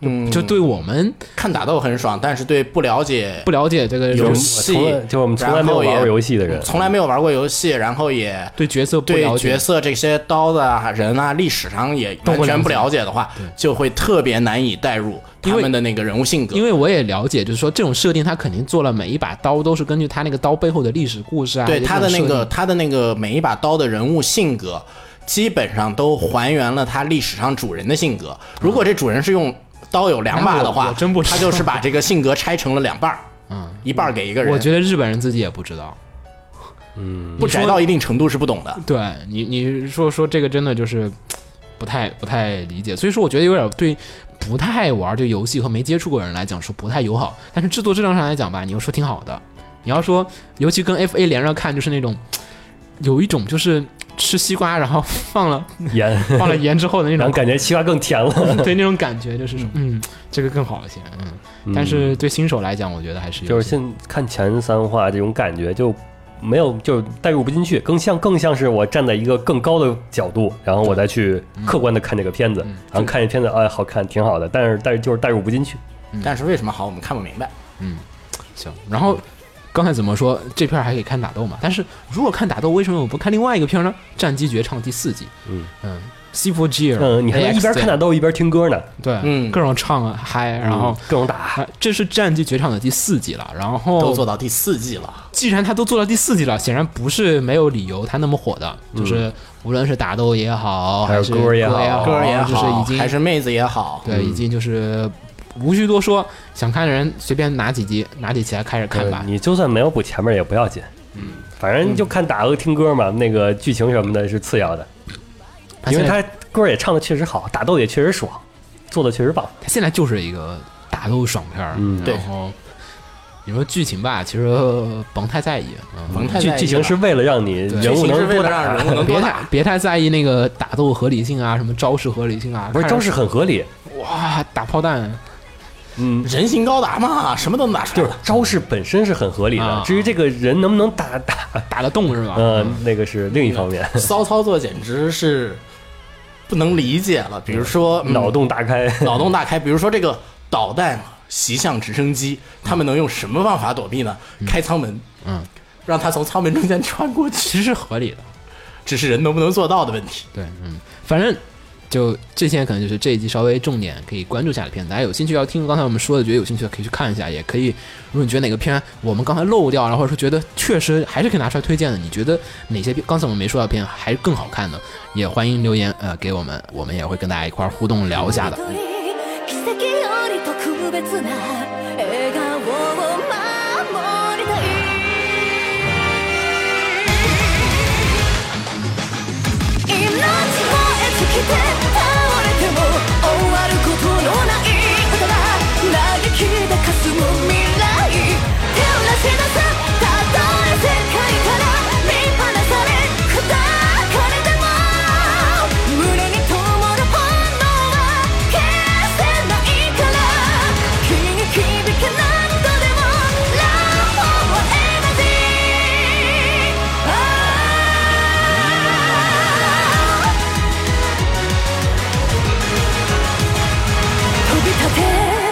嗯，就对我们看打斗很爽，但是对不了解不了解这个有游人戏从来就是我们从来没有玩过游戏的人，从来没有玩过游戏，然后也对角色不对了角解，色这些刀的啊人啊历史上也完全不了解的话，就会特别难以代入他因为们的那个人物性格因。为我也了解，就是说这种设定，他肯定做了每一把刀都是根据他那个刀背后的历史故事啊，对他的这那种设个定他的那个每一把刀的人物性格，基本上都还原了他历史上主人的性格。如果这主人是用刀有两把的那我话我，真不知道他就是把这个性格拆成了两半儿， 嗯，一半儿给一个人。我觉得日本人自己也不知道。不宅到一定程度是不懂的。对你，你说说这个真的就是不太不太理解，所以说我觉得有点对不太玩这个游戏和没接触过的人来讲说不太友好，但是制作质量上来讲吧，你又说挺好的。你要说，尤其跟 F A 连着看，就是那种有一种就是吃西瓜然后 放了盐，放了盐之后的那然种后感觉西瓜更 甜了。对那种感觉，就是说嗯，这个更好一些，嗯。但是对新手来讲，我觉得还是有就是些现看前三话这种感觉就没有，就代入不进去，更像更像是我站在一个更高的角度，然后我再去嗯客观的看这个片子，然后看这片子，哎，好看，挺好的，但是但是就是代入不进去。嗯但是为什么好，我们看不明白。行。然后刚才怎么说这片儿还可以看打斗嘛？但是如果看打斗，为什么我不看另外一个片儿呢？《战机绝唱》第四季，嗯嗯，C Four Gear，嗯，你还能一边看打斗，斗一边听歌呢，对，嗯各种唱啊嗨，然后嗯。各种打，啊，这是《战机绝唱》的第四季了。然都做后，到第四季了，既然它都做到第四季了，显然不是没有理由它那么火的。就是无论是打斗也好，嗯还有还是歌儿也好嗯好，歌儿也哦就是好，已经还是妹子也好，对，已经就是无需多说，想看的人随便拿几集，拿几集来开始看吧嗯。你就算没有补前面也不要紧，嗯，反正就看打和听歌嘛，那个剧情什么的是次要的，因为现在他歌也唱的确实好，打斗也确实爽，做的确实棒。它现在就是一个打斗爽片儿，嗯对然后你说剧情吧，其实呃甭太在意，嗯，甭太剧在意剧情了是为了让你对人剧物情是能为多了打让，人物能别多太打，别太在意那个打斗合理性啊，什么招式合理性啊， 不是看着招式很合理，哇打炮弹，嗯，人形高达嘛，什么都能打出就来是了。招式本身是很合理的啊，至于这个人能不能打打，呃打得动是吧？ 嗯，那个是另一方面。骚操作简直是不能理解了，比如说嗯脑洞大开， 脑洞大开，比如说这个导弹啊袭向直升机，他们能用什么办法躲避呢？开舱门，嗯，让它从舱门中间穿过去，其实是合理的。只是人能不能做到的问题。对，嗯，反正就这些可能就是这一季稍微重点可以关注一下的片子。大家有兴趣要听刚才我们说的，觉得有兴趣的可以去看一下，也可以。如果你觉得哪个片我们刚才漏掉了，或者说觉得确实还是可以拿出来推荐的，你觉得哪些片刚才我们没说到的片还是更好看的，也欢迎留言呃给我们，我们也会跟大家一块儿互动聊一下的。奇跡より特別な笑顔を守りたい命を得尽きて倒れても終わることのないことだ嘆きでかすむ未来照らし出すたとえ世界から見放され砕かれても胸に灯る炎は消せないから君に響け何度でも Love for Energy 飛び立て声をかざして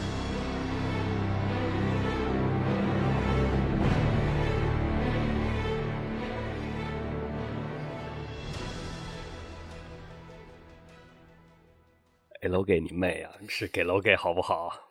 给楼给你妹啊，是给楼给好不好？